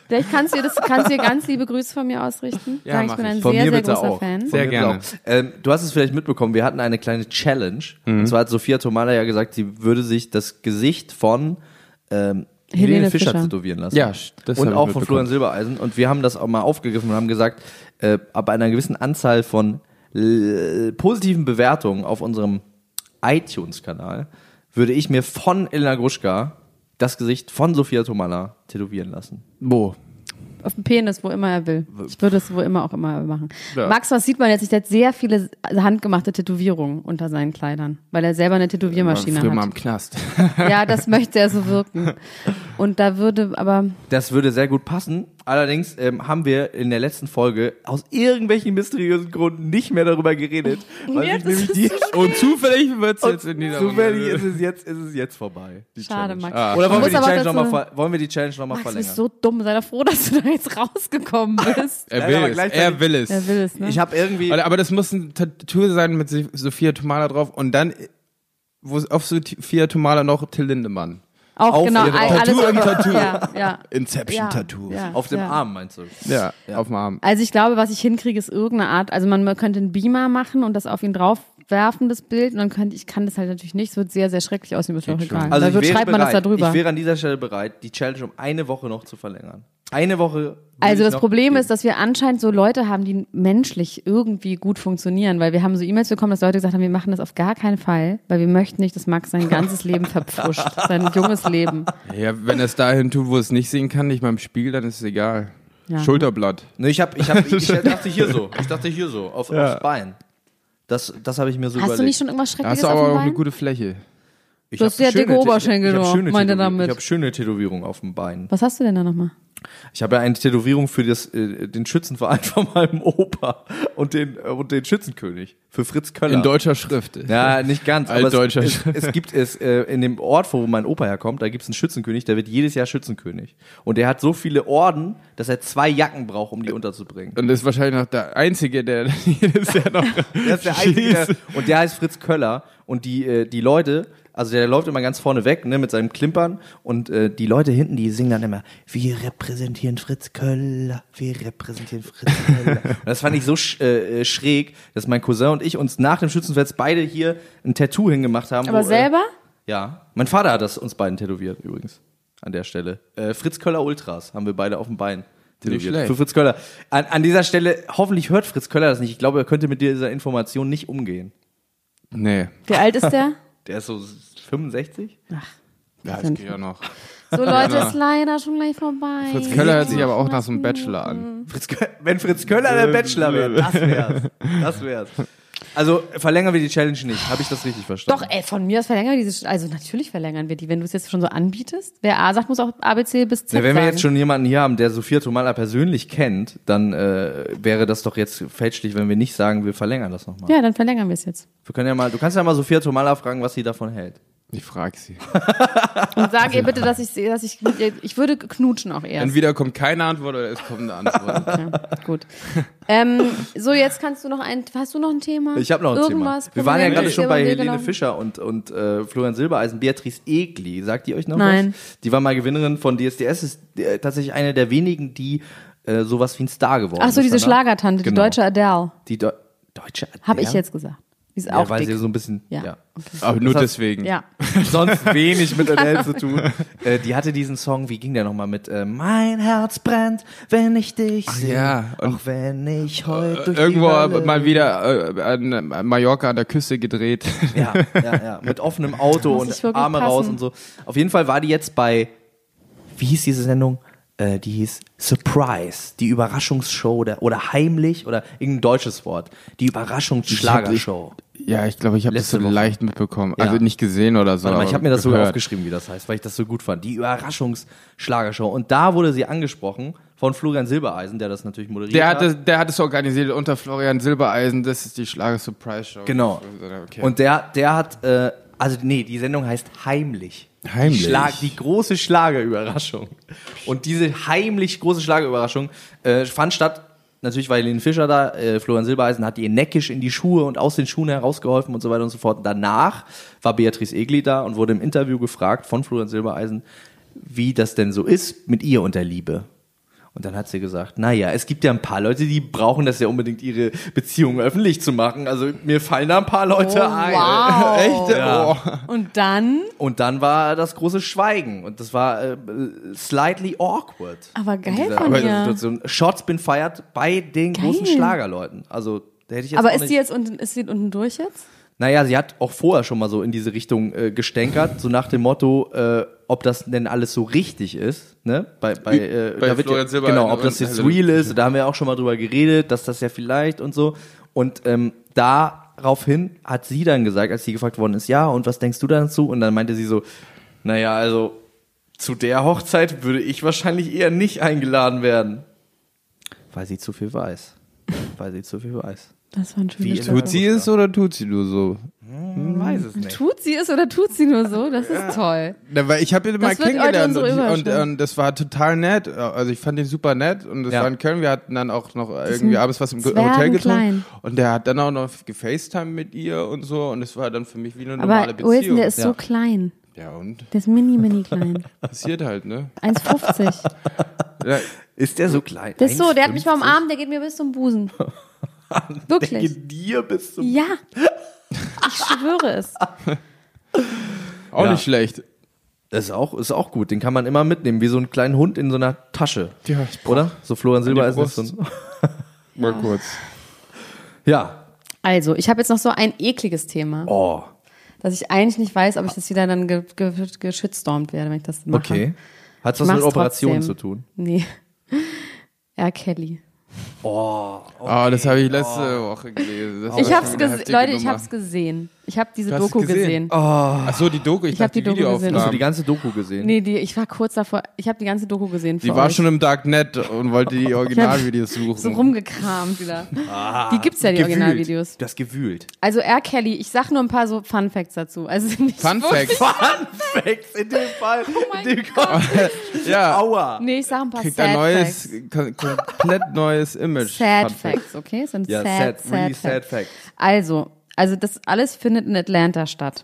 E: vielleicht kannst du ihr das, kannst du ihr ganz liebe Grüße von mir ausrichten.
D: Ja,
E: Sag, ich
D: mach
E: bin
D: ich.
E: ein
C: Von
E: sehr,
C: mir
E: sehr
C: bitte
E: großer
C: auch.
E: Fan.
C: Von mir bitte
D: gerne.
C: auch. Ähm, du hast es vielleicht mitbekommen, wir hatten eine kleine Challenge.
D: Mhm.
C: Und zwar hat Sophia Tomala ja gesagt, sie würde sich das Gesicht von ähm, Helene,
E: Helene
C: Fischer,
E: Fischer.
C: tätowieren lassen.
D: Ja, das hab
C: Und
D: ich
C: auch von
D: mitbekommen.
C: Florian Silbereisen. Und wir haben das auch mal aufgegriffen und haben gesagt, äh, ab einer gewissen Anzahl von l- positiven Bewertungen auf unserem iTunes-Kanal würde ich mir von Elena Gruschka das Gesicht von Sophia Tomala tätowieren lassen.
D: Wo?
E: Auf dem Penis, wo immer er will. Ich würde es wo immer auch immer machen.
D: Ja.
E: Max, was sieht man jetzt? nicht? Der hat sehr viele handgemachte Tätowierungen unter seinen Kleidern, weil er selber eine Tätowiermaschine
D: Früher mal
E: hat.
D: im Knast.
E: Ja, das möchte er so wirken. Und da würde, aber
C: Das würde sehr gut passen. Allerdings ähm, haben wir in der letzten Folge aus irgendwelchen mysteriösen Gründen nicht mehr darüber geredet. Weil
E: Ja,
C: sich
E: das
C: nämlich
E: ist
C: die
D: Und zufällig wird es
C: Und
D: jetzt in dieser
C: Zufällig
D: Runde-
C: ist es jetzt, ist es jetzt vorbei. Die
E: schade,
C: Challenge.
E: Max.
D: Ah,
C: Oder
E: Du
C: wollen wir,
E: musst
C: die
E: aber
C: Challenge
E: dazu-
C: noch mal ver- wollen wir die Challenge nochmal
E: Max, du bist
C: verlängern?
E: so dumm. Sei doch froh, dass du da jetzt rausgekommen bist.
D: Er
C: Nein, aber
D: will es.
C: gleichzeitig-
D: Er will es.
E: Er will es, ne?
C: äh, Ich habe irgendwie.
D: Oder, aber das muss ein Tattoo sein mit Sophia Tomala drauf und dann wo es auf Sophia Tomala noch Till Lindemann.
E: auch
C: auf
E: genau,
C: ihre
E: all-
D: Tattoo
E: alles
D: im Tattoo.
E: Ja, ja.
D: Inception
E: ja, ja,
C: auf dem
E: ja.
C: Arm meinst du?
D: Ja, auf dem Arm.
E: Also ich glaube, was ich hinkriege, ist irgendeine Art, also man könnte einen Beamer machen und das auf ihn draufwerfen, das Bild, und dann könnte ich kann das halt natürlich nicht, es wird sehr, sehr schrecklich aussehen, ist mir auch egal.
C: Also
E: da
C: ich
E: wird,
C: wäre
E: schreibt man das
C: bereit,
E: da drüber.
C: Ich wäre an dieser Stelle bereit, die Challenge um eine Woche noch zu verlängern. Eine Woche. will
E: Also
C: ich
E: das
C: noch
E: Problem
C: geben.
E: ist, dass wir anscheinend so Leute haben, die menschlich irgendwie gut funktionieren, weil wir haben so E-Mails bekommen, dass Leute gesagt haben, wir machen das auf gar keinen Fall, weil wir möchten nicht, dass Max sein ganzes Leben verpfuscht, sein junges Leben.
D: Ja, wenn er es dahin tut, wo er es nicht sehen kann, nicht mal im Spiegel, dann ist es egal.
E: Ja.
D: Schulterblatt.
C: Ne, ich, hab, ich, hab, ich dachte hier so. Ich dachte hier so. Auf, Aufs Bein. Das, das habe ich mir so
E: Hast
C: überlegt.
E: du nicht schon irgendwas
D: Da hast
E: Schreckliches
D: du
E: auf
D: aber
E: dem
D: auch eine
E: Bein?
D: gute Fläche.
C: ich
E: Du hast
C: hab
E: ja
C: schöne
E: dicke
C: Tä-
E: Oberschenkel,
C: ich hab schöne
E: meint er
C: Tätowier-
E: damit.
C: Ich habe schöne Tätowierung auf dem Bein.
E: Was hast du denn da nochmal?
C: Ich habe ja eine Tätowierung für das, äh, den Schützenverein von meinem Opa und den, äh, und den Schützenkönig für Fritz Köller.
D: In deutscher Schrift.
C: Ja, nicht ganz. Aber es,
D: Altdeutscher.
C: es, es gibt es äh, in dem Ort, wo mein Opa herkommt, da gibt es einen Schützenkönig, der wird jedes Jahr Schützenkönig. Und der hat so viele Orden, dass er zwei Jacken braucht, um die unterzubringen.
D: Und das ist wahrscheinlich noch der Einzige, der jedes Jahr noch.
C: Der ist der Einzige, der, und der heißt Fritz Köller. Und die, äh, die Leute, also der läuft immer ganz vorne weg, ne, mit seinem Klimpern. Und äh, die Leute hinten, die singen dann immer, wir repräsentieren Fritz Köller, wir repräsentieren Fritz Köller. und das fand ich so sch äh, äh, schräg, dass mein Cousin und ich uns nach dem Schützenfest beide hier ein Tattoo hingemacht haben.
E: Aber
C: wo,
E: selber?
C: Äh, ja. Mein Vater hat das uns beiden tätowiert übrigens. An der Stelle. Äh, Fritz Köller Ultras haben wir beide auf dem Bein.
D: Nicht
C: tätowiert.
D: schlecht.
C: Für Fritz Köller. An, an dieser Stelle, hoffentlich hört Fritz Köller das nicht. Ich glaube, er könnte mit dieser Information nicht umgehen.
D: Nee.
E: Wie alt ist der?
C: Der ist so 65?
D: Ja, das geht ja noch.
E: So Leute,
D: Ja.
E: ist leider schon gleich vorbei.
D: Fritz Köller hört sich
E: Hm.
D: aber auch nach so einem Bachelor an.
C: Fritz Kö- Wenn Fritz Köller
D: Äh,
C: der Bachelor wäre, das wär's. Das wär's. Also verlängern wir die Challenge nicht. Habe ich das richtig verstanden?
E: Doch, ey, von mir aus verlängern wir diese, also natürlich verlängern wir die, wenn du es jetzt schon so anbietest. Wer A sagt, muss auch ABC bis Z
C: Na, wenn wir
E: sagen.
C: jetzt schon jemanden hier haben, der Sophia Tomala persönlich kennt, dann äh, wäre das doch jetzt fälschlich, wenn wir nicht sagen, wir verlängern das nochmal.
E: ja, dann verlängern wir es jetzt.
C: Wir können ja mal, du kannst ja mal Sophia Tomala fragen, was sie davon hält.
D: Ich frage sie.
C: Ah,
E: Und sag ihr bitte, dass ich sehe, dass ich mit ihr, ich würde knutschen auch erst.
D: Entweder kommt keine Antwort oder es kommt eine Antwort.
E: Ja, gut. Ähm, so, jetzt kannst du noch ein, hast du noch ein Thema?
C: Ich habe noch ein
E: Irgendwas
C: Thema. Wir waren ja
E: Prominentes
C: gerade schon bei
E: Thema,
C: Helene
E: genau.
C: Fischer und, und äh, Florian Silbereisen. Beatrice Egli, sagt die euch noch
E: Nein.
C: was? Die war mal Gewinnerin von DSDS, ist äh, tatsächlich eine der wenigen, die äh, sowas wie ein Star geworden
E: Ach so,
C: ist.
E: diese
C: danach.
E: Schlagertante, die
C: Genau.
E: deutsche Adele.
C: Die Deu deutsche Adele?
E: Habe ich jetzt gesagt. Die ist
C: ja,
E: auch
C: Weil
E: dick.
C: sie so ein bisschen,
E: Ja.
C: ja.
D: Aber nur
C: Das heißt-
D: deswegen.
E: ja.
C: Sonst wenig mit Adele zu tun. Äh, die hatte diesen Song, wie ging der nochmal mit? Äh, mein Herz brennt, wenn ich dich sehe.
D: ja, und- äh,
C: auch wenn ich heute durch die
D: Irgendwo
C: Hölle
D: mal wieder äh, an Mallorca an der Küste gedreht.
C: Ja, ja, ja. Mit offenem Auto
E: Muss ich
C: und
E: wirklich
C: Arme raus
E: passen.
C: und so. Auf jeden Fall war die jetzt bei, wie hieß diese Sendung? Äh, die hieß Surprise, die Überraschungsshow oder, oder heimlich oder irgendein deutsches Wort. Die Überraschungsschlagershow.
D: Ja, ich glaube, ich habe das
C: Letzte
D: so
C: Woche.
D: leicht mitbekommen. Also
C: Ja.
D: nicht gesehen oder so.
C: Warte mal, ich
D: aber
C: habe mir das sogar
D: gehört.
C: aufgeschrieben, wie das heißt, weil ich das so gut fand. Die Überraschungsschlagershow. Und da wurde sie angesprochen von Florian Silbereisen, der das natürlich moderiert
D: Der
C: hat.
D: hat, es, der hat es organisiert unter Florian Silbereisen. Das ist die Schlager-Surprise-Show.
C: Genau.
D: Okay.
C: Und der, der hat, äh, also nee, die Sendung heißt Heimlich.
D: Heimlich.
C: Die, Schlag, die große Schlagerüberraschung. Und diese heimlich große Schlagerüberraschung äh, fand statt, natürlich war Helene Fischer da, äh, Florian Silbereisen hat ihr neckisch in die Schuhe und aus den Schuhen herausgeholfen und so weiter und so fort. Und danach war Beatrice Egli da und wurde im Interview gefragt von Florian Silbereisen, wie das denn so ist mit ihr und der Liebe. Und dann hat sie gesagt, naja, es gibt ja ein paar Leute, die brauchen das ja unbedingt, ihre Beziehungen öffentlich zu machen. Also mir fallen da ein paar Leute
E: Oh,
C: ein.
E: wow.
C: Echt? Oh.
E: Und dann,
C: Und dann war das große Schweigen. Und das war äh, slightly awkward.
E: aber
C: in
E: geil
C: dieser
E: von ihr.
C: Situation. Shots been fired bei den
E: Geil.
C: großen Schlagerleuten. Also da hätte ich jetzt
E: Aber
C: auch
E: ist
C: nicht
E: sie jetzt unten, ist sie unten durch jetzt?
C: naja, sie hat auch vorher schon mal so in diese Richtung äh, gestänkert, so nach dem Motto, äh, ob das denn alles so richtig ist, ne? Bei, bei, äh,
D: Bei
C: da wird
D: Florian
C: ja,
D: Silbereisen
C: genau, ob das
D: und
C: jetzt
D: Helen
C: real ist, da haben wir auch schon mal drüber geredet, dass das ja vielleicht und so. Und ähm, daraufhin hat sie dann gesagt, als sie gefragt worden ist, ja, und was denkst du dazu? Und dann meinte sie so, naja, also zu der Hochzeit würde ich wahrscheinlich eher nicht eingeladen werden. Weil sie zu viel weiß. Weil sie zu viel weiß.
E: Das war ein
C: Wie
E: schönes
C: in-
D: Tut sie es oder tut sie nur so?
C: Man weiß es nicht.
E: Tut sie es oder tut sie nur so? Das ist toll.
D: Na, weil ich habe ihn mal
E: wird heute
D: kennengelernt
E: unsere
D: und, und,
E: Überraschung.
D: und das war total nett. Also ich fand ihn super nett und das
C: Ja.
D: war in Köln. Wir hatten dann auch noch irgendwie abends was im Hotel
E: Zwergenklein.
D: getrunken und der hat dann auch noch gefacetime mit ihr und so und es war dann für mich wie eine normale
E: Aber Wilson,
D: Beziehung.
E: der ist so
C: Ja.
E: klein.
D: ja und
E: Der ist mini, mini klein.
D: passiert halt, ne?
E: 1,50.
D: Ja,
C: Ist der so klein?
E: Der Hm. ist so, der hat mich mal umarmt, der geht mir bis zum Busen.
C: Denke
E: Wirklich.
C: dir bis zum.
E: Ja. Ich schwöre es.
D: auch
C: Ja.
D: nicht schlecht.
C: Das ist auch, ist auch gut. Den kann man immer mitnehmen, wie so einen kleinen Hund in so einer Tasche.
D: Ja, ich
C: Oder? So Florian Silber ist
D: Brust.
C: so ein.
D: Mal kurz.
C: Ja.
E: Also, ich habe jetzt noch so ein ekliges Thema,
C: Oh.
E: dass ich eigentlich nicht weiß, ob ich das wieder dann ge ge geschitstormt werde, wenn ich das mache.
C: Okay. Hat
E: Ich
C: was mit
E: mach's
C: Operationen
E: trotzdem.
C: zu tun?
E: Nee. R. Kelly.
D: Ah, das habe ich letzte
C: Oh.
D: Woche gelesen. Das
E: Ich
D: war
E: hab's
D: schon eine
E: gesehen.
D: heftige
E: Leute, ich
D: Nummer.
E: hab's gesehen. Ich habe diese
D: Du hast es
E: Doku
D: gesehen? Oh.
E: gesehen.
D: Ach so, die Doku. Ich,
E: Ich hab
D: dachte,
E: die Doku gesehen.
C: Hast du die
D: Videoaufnahmen.
C: ganze Doku gesehen?
E: Nee, die, ich war kurz davor. Ich habe die ganze Doku gesehen.
D: Die
E: für
D: war
E: euch.
D: schon im Darknet und wollte die Originalvideos suchen.
E: so rumgekramt wieder.
D: Ah,
E: die gibt's ja, die
C: Gewühlt.
E: Originalvideos.
C: Du hast gewühlt.
E: Also R. Kelly, ich sag nur ein paar so Fun Facts dazu. Also sind nicht
D: Fun
E: wirklich-
D: Fact.
C: Fun Facts in dem Fall.
E: Oh mein
C: in dem Kopf.
D: Ja.
C: Aua.
E: Nee, ich sag ein paar
D: kriegt
E: Sad
D: ein neues, äh,
E: Facts.
D: kom- komplett neues Image.
E: Sad
D: Fun Fact.
E: Facts, okay? Sind
C: Ja,
E: sad, sad,
C: sad, really sad
E: Facts.
C: Facts.
E: Also, also das alles findet in Atlanta statt.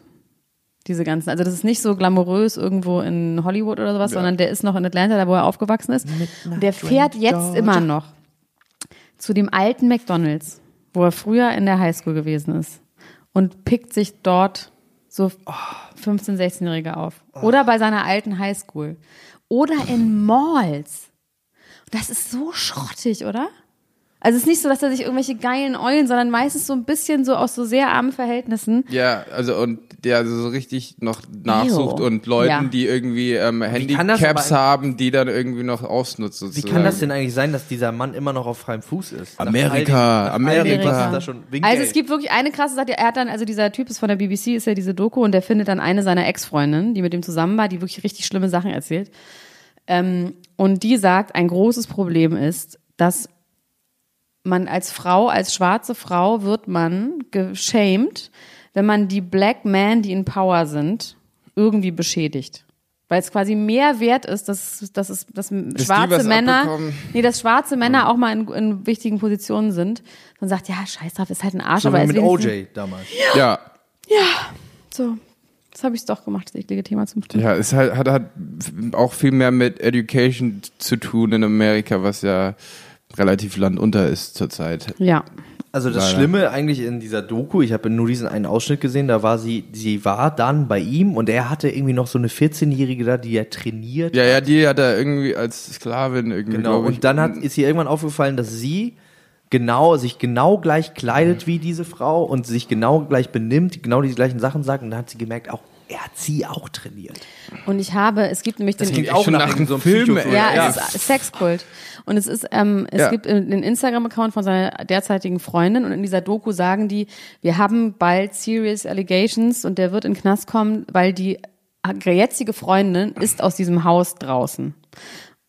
E: Diese ganzen, also das ist nicht so glamourös irgendwo in Hollywood oder sowas, sondern der ist noch in Atlanta, da wo er aufgewachsen ist. Und der fährt jetzt immer noch zu dem alten McDonalds, wo er früher in der Highschool gewesen ist und pickt sich dort so 15, 16-Jährige auf. Oder bei seiner alten Highschool. Oder in Malls. Das ist so schrottig, oder? Also es ist nicht so, dass er sich irgendwelche geilen Eulen, sondern meistens so ein bisschen so aus so sehr armen Verhältnissen.
D: Ja, also und der also so richtig noch nachsucht
E: Ew.
D: und Leuten,
E: Ja.
D: die irgendwie ähm,
C: kann das
D: Handicaps
C: aber-
D: haben, die dann irgendwie noch ausnutzt
C: Wie
D: sozusagen.
C: kann das denn eigentlich sein, dass dieser Mann immer noch auf freiem Fuß ist? Nach
D: Amerika,
C: all diesem- nach all dem,
D: Amerika.
C: was Da schon wegen
E: Also
C: Geld.
E: es gibt wirklich eine krasse Sache, er hat dann, also dieser Typ ist von der BBC, ist ja diese Doku und der findet dann eine seiner Ex-Freundinnen, die mit ihm zusammen war, die wirklich richtig schlimme Sachen erzählt. Ähm, und die sagt, ein großes Problem ist, dass man als Frau, als schwarze Frau wird man geschämt, wenn man die Black Men, die in Power sind, irgendwie beschädigt. Weil es quasi mehr wert ist, dass, dass, es, dass schwarze
D: was
E: Männer,
D: abbekommen.
E: nee, dass schwarze Männer auch mal in, in wichtigen Positionen sind. Man sagt, ja, scheiß drauf, ist halt ein Arsch,
C: So
E: aber
C: wie
E: ist
C: mit
E: wenigstens-
C: OJ damals.
D: Ja.
E: So, das habe ich doch gemacht, das eklige Thema zum Schluss.
D: Ja, es hat, hat, hat auch viel mehr mit Education zu tun in Amerika, was ja relativ landunter ist zurzeit.
E: Ja.
C: Also das
D: Leider.
C: Schlimme eigentlich in dieser Doku, ich habe nur diesen einen Ausschnitt gesehen, da war sie, sie war dann bei ihm und er hatte irgendwie noch so eine 14-Jährige da, die er trainiert.
D: Ja, ja, die hat er irgendwie als Sklavin irgendwie.
C: Genau.
D: glaub ich.
C: Und dann hat, ist ihr irgendwann aufgefallen, dass sie genau, sich genau gleich kleidet wie diese Frau und sich genau gleich benimmt, genau die gleichen Sachen sagt und dann hat sie gemerkt, auch er hat sie auch trainiert.
E: Und ich habe, es gibt nämlich den.
D: klingt auch nach einem Film, ey.
E: Ja,
D: Ja.
E: es ist Sexkult. Und es ist, ähm, es
D: Ja.
E: gibt einen Instagram-Account von seiner derzeitigen Freundin und in dieser Doku sagen die, wir haben bald serious allegations und der wird in den Knast kommen, weil die jetzige Freundin ist aus diesem Haus draußen.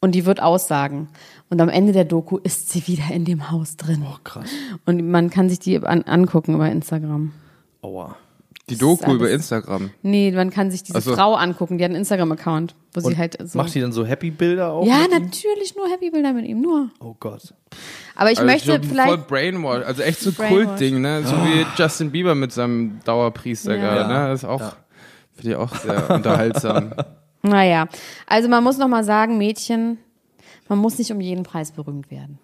E: Und die wird aussagen. Und am Ende der Doku ist sie wieder in dem Haus drin. Oh, krass. Und man kann sich die an, angucken über Instagram.
C: Aua.
D: die Doku
E: alles-
D: über Instagram.
E: Nee, man kann sich diese
D: Ach so.
E: Frau angucken, die hat einen Instagram-Account, wo sie
C: Und
E: halt so.
C: Macht sie dann so Happy-Bilder auch?
E: ja,
C: mit ihm?
E: natürlich nur Happy Bilder mit ihm, nur.
C: Oh Gott.
E: Aber ich möchte
D: so Also voll
E: vielleicht.
D: Brainwash, also echt so
E: Brainwash.
D: Kultding, ne? So wie Justin Bieber mit seinem Dauerpriester
E: Ah. Ja.
D: gerade, ne? Das ist auch, finde ich auch sehr unterhaltsam.
E: Naja, also man muss nochmal sagen, Mädchen, man muss nicht um jeden Preis berühmt werden.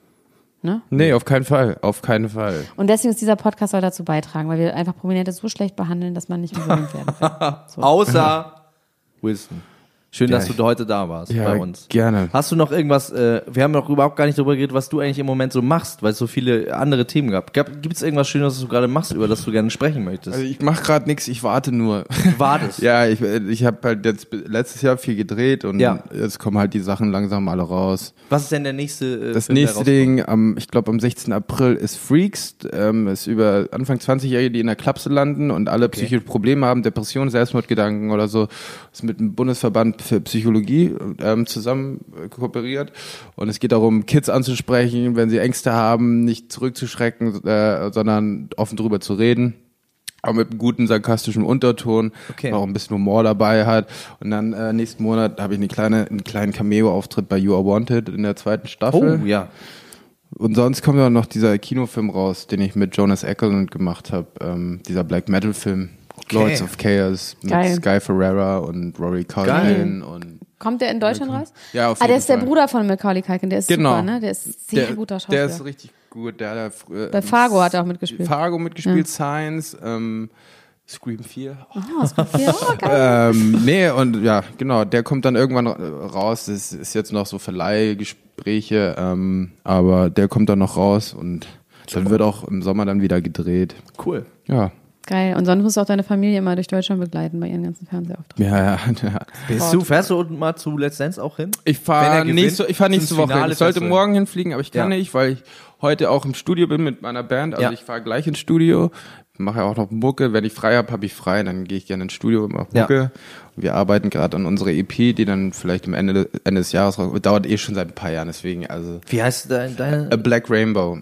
D: Nee, auf keinen Fall, auf keinen Fall.
E: Und deswegen ist dieser Podcast soll dazu beitragen, weil wir einfach Prominente so schlecht behandeln, dass man nicht berühmt werden will.
C: Außer Wilson. Schön,
D: Ja,
C: dass
D: ich-
C: du heute da warst
D: Ja,
C: bei uns.
D: gerne.
C: Hast du noch irgendwas, äh, wir haben noch überhaupt gar nicht darüber geredet, was du eigentlich im Moment so machst, weil es so viele andere Themen gab. Gibt es irgendwas Schönes, was du gerade machst, über das du gerne sprechen möchtest?
D: Also ich mache gerade nichts, ich warte nur.
C: Wartest.
D: ja, ich, ich habe halt jetzt letztes Jahr viel gedreht und
C: Ja.
D: jetzt kommen halt die Sachen langsam alle raus.
C: was ist denn der nächste? Äh,
D: Das
C: Film, der
D: nächste
C: rauskommt?
D: Ding, am, ich glaube am 16. April ist Freaks, ähm, ist über Anfang 20-Jährige, die in der Klapse landen und alle psychische Probleme haben, Depressionen, Selbstmordgedanken oder so, ist mit dem Bundesverband für Psychologie ähm, zusammen äh, kooperiert und es geht darum, Kids anzusprechen, wenn sie Ängste haben, nicht zurückzuschrecken, äh, sondern offen drüber zu reden. Auch mit einem guten sarkastischen Unterton,
C: Okay.
D: auch ein bisschen Humor dabei hat. Und dann äh, nächsten Monat habe ich eine kleine, einen kleinen Cameo-Auftritt bei You Are Wanted in der zweiten Staffel.
C: Oh, ja.
D: Und sonst kommt ja noch dieser Kinofilm raus, den ich mit Jonas Eklund gemacht habe, ähm, dieser Black Metal Film. Lords of Chaos mit
E: Geil.
D: Sky Ferreira und Rory Culkin und
E: Kommt der in Deutschland raus?
D: Ja, auf
E: Ah, der
D: jeden
E: ist der
D: Fall.
E: Bruder von Macaulay Culkin, der ist
D: Genau.
E: super, ne? Der ist sehr guter Schauspieler.
D: Der ist richtig gut. Der hat ja früher,
E: Bei Fargo hat er auch mitgespielt.
D: Fargo mitgespielt, Science, ähm, Scream 4.
E: oh, ist gut. Ja, oh, geil.
D: ähm, nee, und ja, genau, der kommt dann irgendwann ra- raus. Das ist jetzt noch so Verleihgespräche, ähm, aber der kommt dann noch raus und dann wird auch im Sommer dann wieder gedreht.
C: Cool.
D: Ja.
E: geil. Und sonst musst du auch deine Familie immer durch Deutschland begleiten bei ihren ganzen Fernsehauftritten.
D: Ja, ja, ja.
C: Bist du, fährst du unten mal zu Let's Dance auch hin?
D: Ich
C: Wenn er
D: fahre
C: gewinnt,
D: nächste, ich fahr
C: ins
D: nächste Woche. hin.
C: Finale
D: Ich sollte
C: fährst du hin.
D: morgen hinfliegen, aber ich kann
C: Ja.
D: nicht, weil ich heute auch im Studio bin mit meiner Band. Also
C: Ja.
D: ich fahre gleich ins Studio, mache ja auch noch Mucke. Wenn ich frei habe, habe ich frei, dann gehe ich gerne ins Studio und mache
C: Ja.
D: Mucke. Und wir arbeiten gerade an unserer EP, die dann vielleicht am Ende, Ende des Jahres rauskommt. Dauert eh schon seit ein paar Jahren, deswegen. Also
C: Wie heißt dein, deine?
D: A Black Rainbow.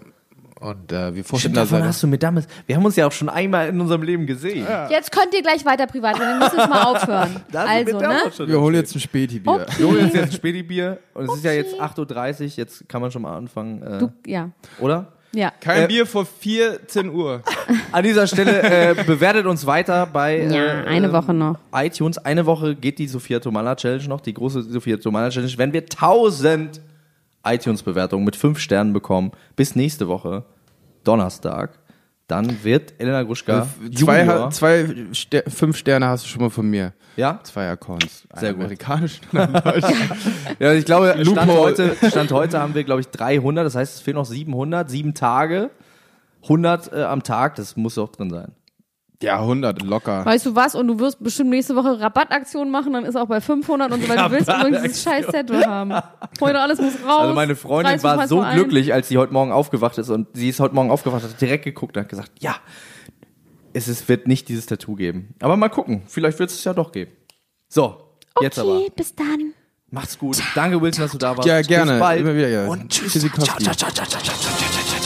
D: Und äh, wir forschen
C: Stimmt,
D: da
C: davon
D: seit
C: hast du mir damals. Wir haben uns ja auch schon einmal in unserem Leben gesehen. Ja.
E: Jetzt könnt ihr gleich weiter privat werden, wir müssen jetzt mal aufhören. also, ne?
D: wir holen jetzt ein Späti-Bier.
C: Wir holen uns jetzt ein Spätibier und es ist ja jetzt 8.30 Uhr, jetzt kann man schon mal anfangen, äh,
E: Oh, Du, ja.
C: oder?
E: Ja.
D: Kein
C: Äh,
D: Bier vor 14 Uhr.
C: An dieser Stelle äh, bewertet uns weiter bei
E: Ja,
C: äh,
E: eine
C: äh,
E: Woche noch.
C: iTunes. Eine Woche geht die Sophia Tomala Challenge noch, die große Sophia Tomala Challenge. Wenn wir 1000 iTunes-Bewertungen mit 5 Sternen bekommen, bis nächste Woche, Donnerstag, dann wird Elena Gruschka
D: Äh, Zwei,
C: Junior-
D: Ha- zwei Ster fünf Sterne hast du schon mal von mir.
C: Ja?
D: Zwei Accounts.
C: Sehr gut.
D: Amerikanisch und einen deutschen.
C: Ja, ich glaube, Stand
D: Loophole.
C: heute, Stand heute haben wir, glaube ich, 300. Das heißt, es fehlen noch 700, sieben Tage. 100 äh, am Tag, das muss auch drin sein.
D: ja, 100 locker.
E: Weißt du was? Und du wirst bestimmt nächste Woche Rabattaktionen machen, dann ist auch bei 500 und so, weil du willst unbedingt dieses scheiß Tattoo haben. Freunde, alles muss raus.
C: Also meine Freundin
E: Reiß
C: war
E: uns
C: so
E: mal ein.
C: glücklich, als sie heute Morgen aufgewacht ist und sie ist heute Morgen aufgewacht, hat direkt geguckt und hat gesagt, ja, es ist, wird nicht dieses Tattoo geben. Aber mal gucken, vielleicht wird es es ja doch geben. So, jetzt aber.
G: Okay, bis dann.
C: Macht's gut. Danke, Wilson, dass du da warst.
D: Ja, gerne.
C: Bis bald.
D: Immer wieder gerne.
C: Und tschüss.
D: Tschüssikowski.
C: Ciao, ciao, ciao, ciao, ciao, ciao.
B: Das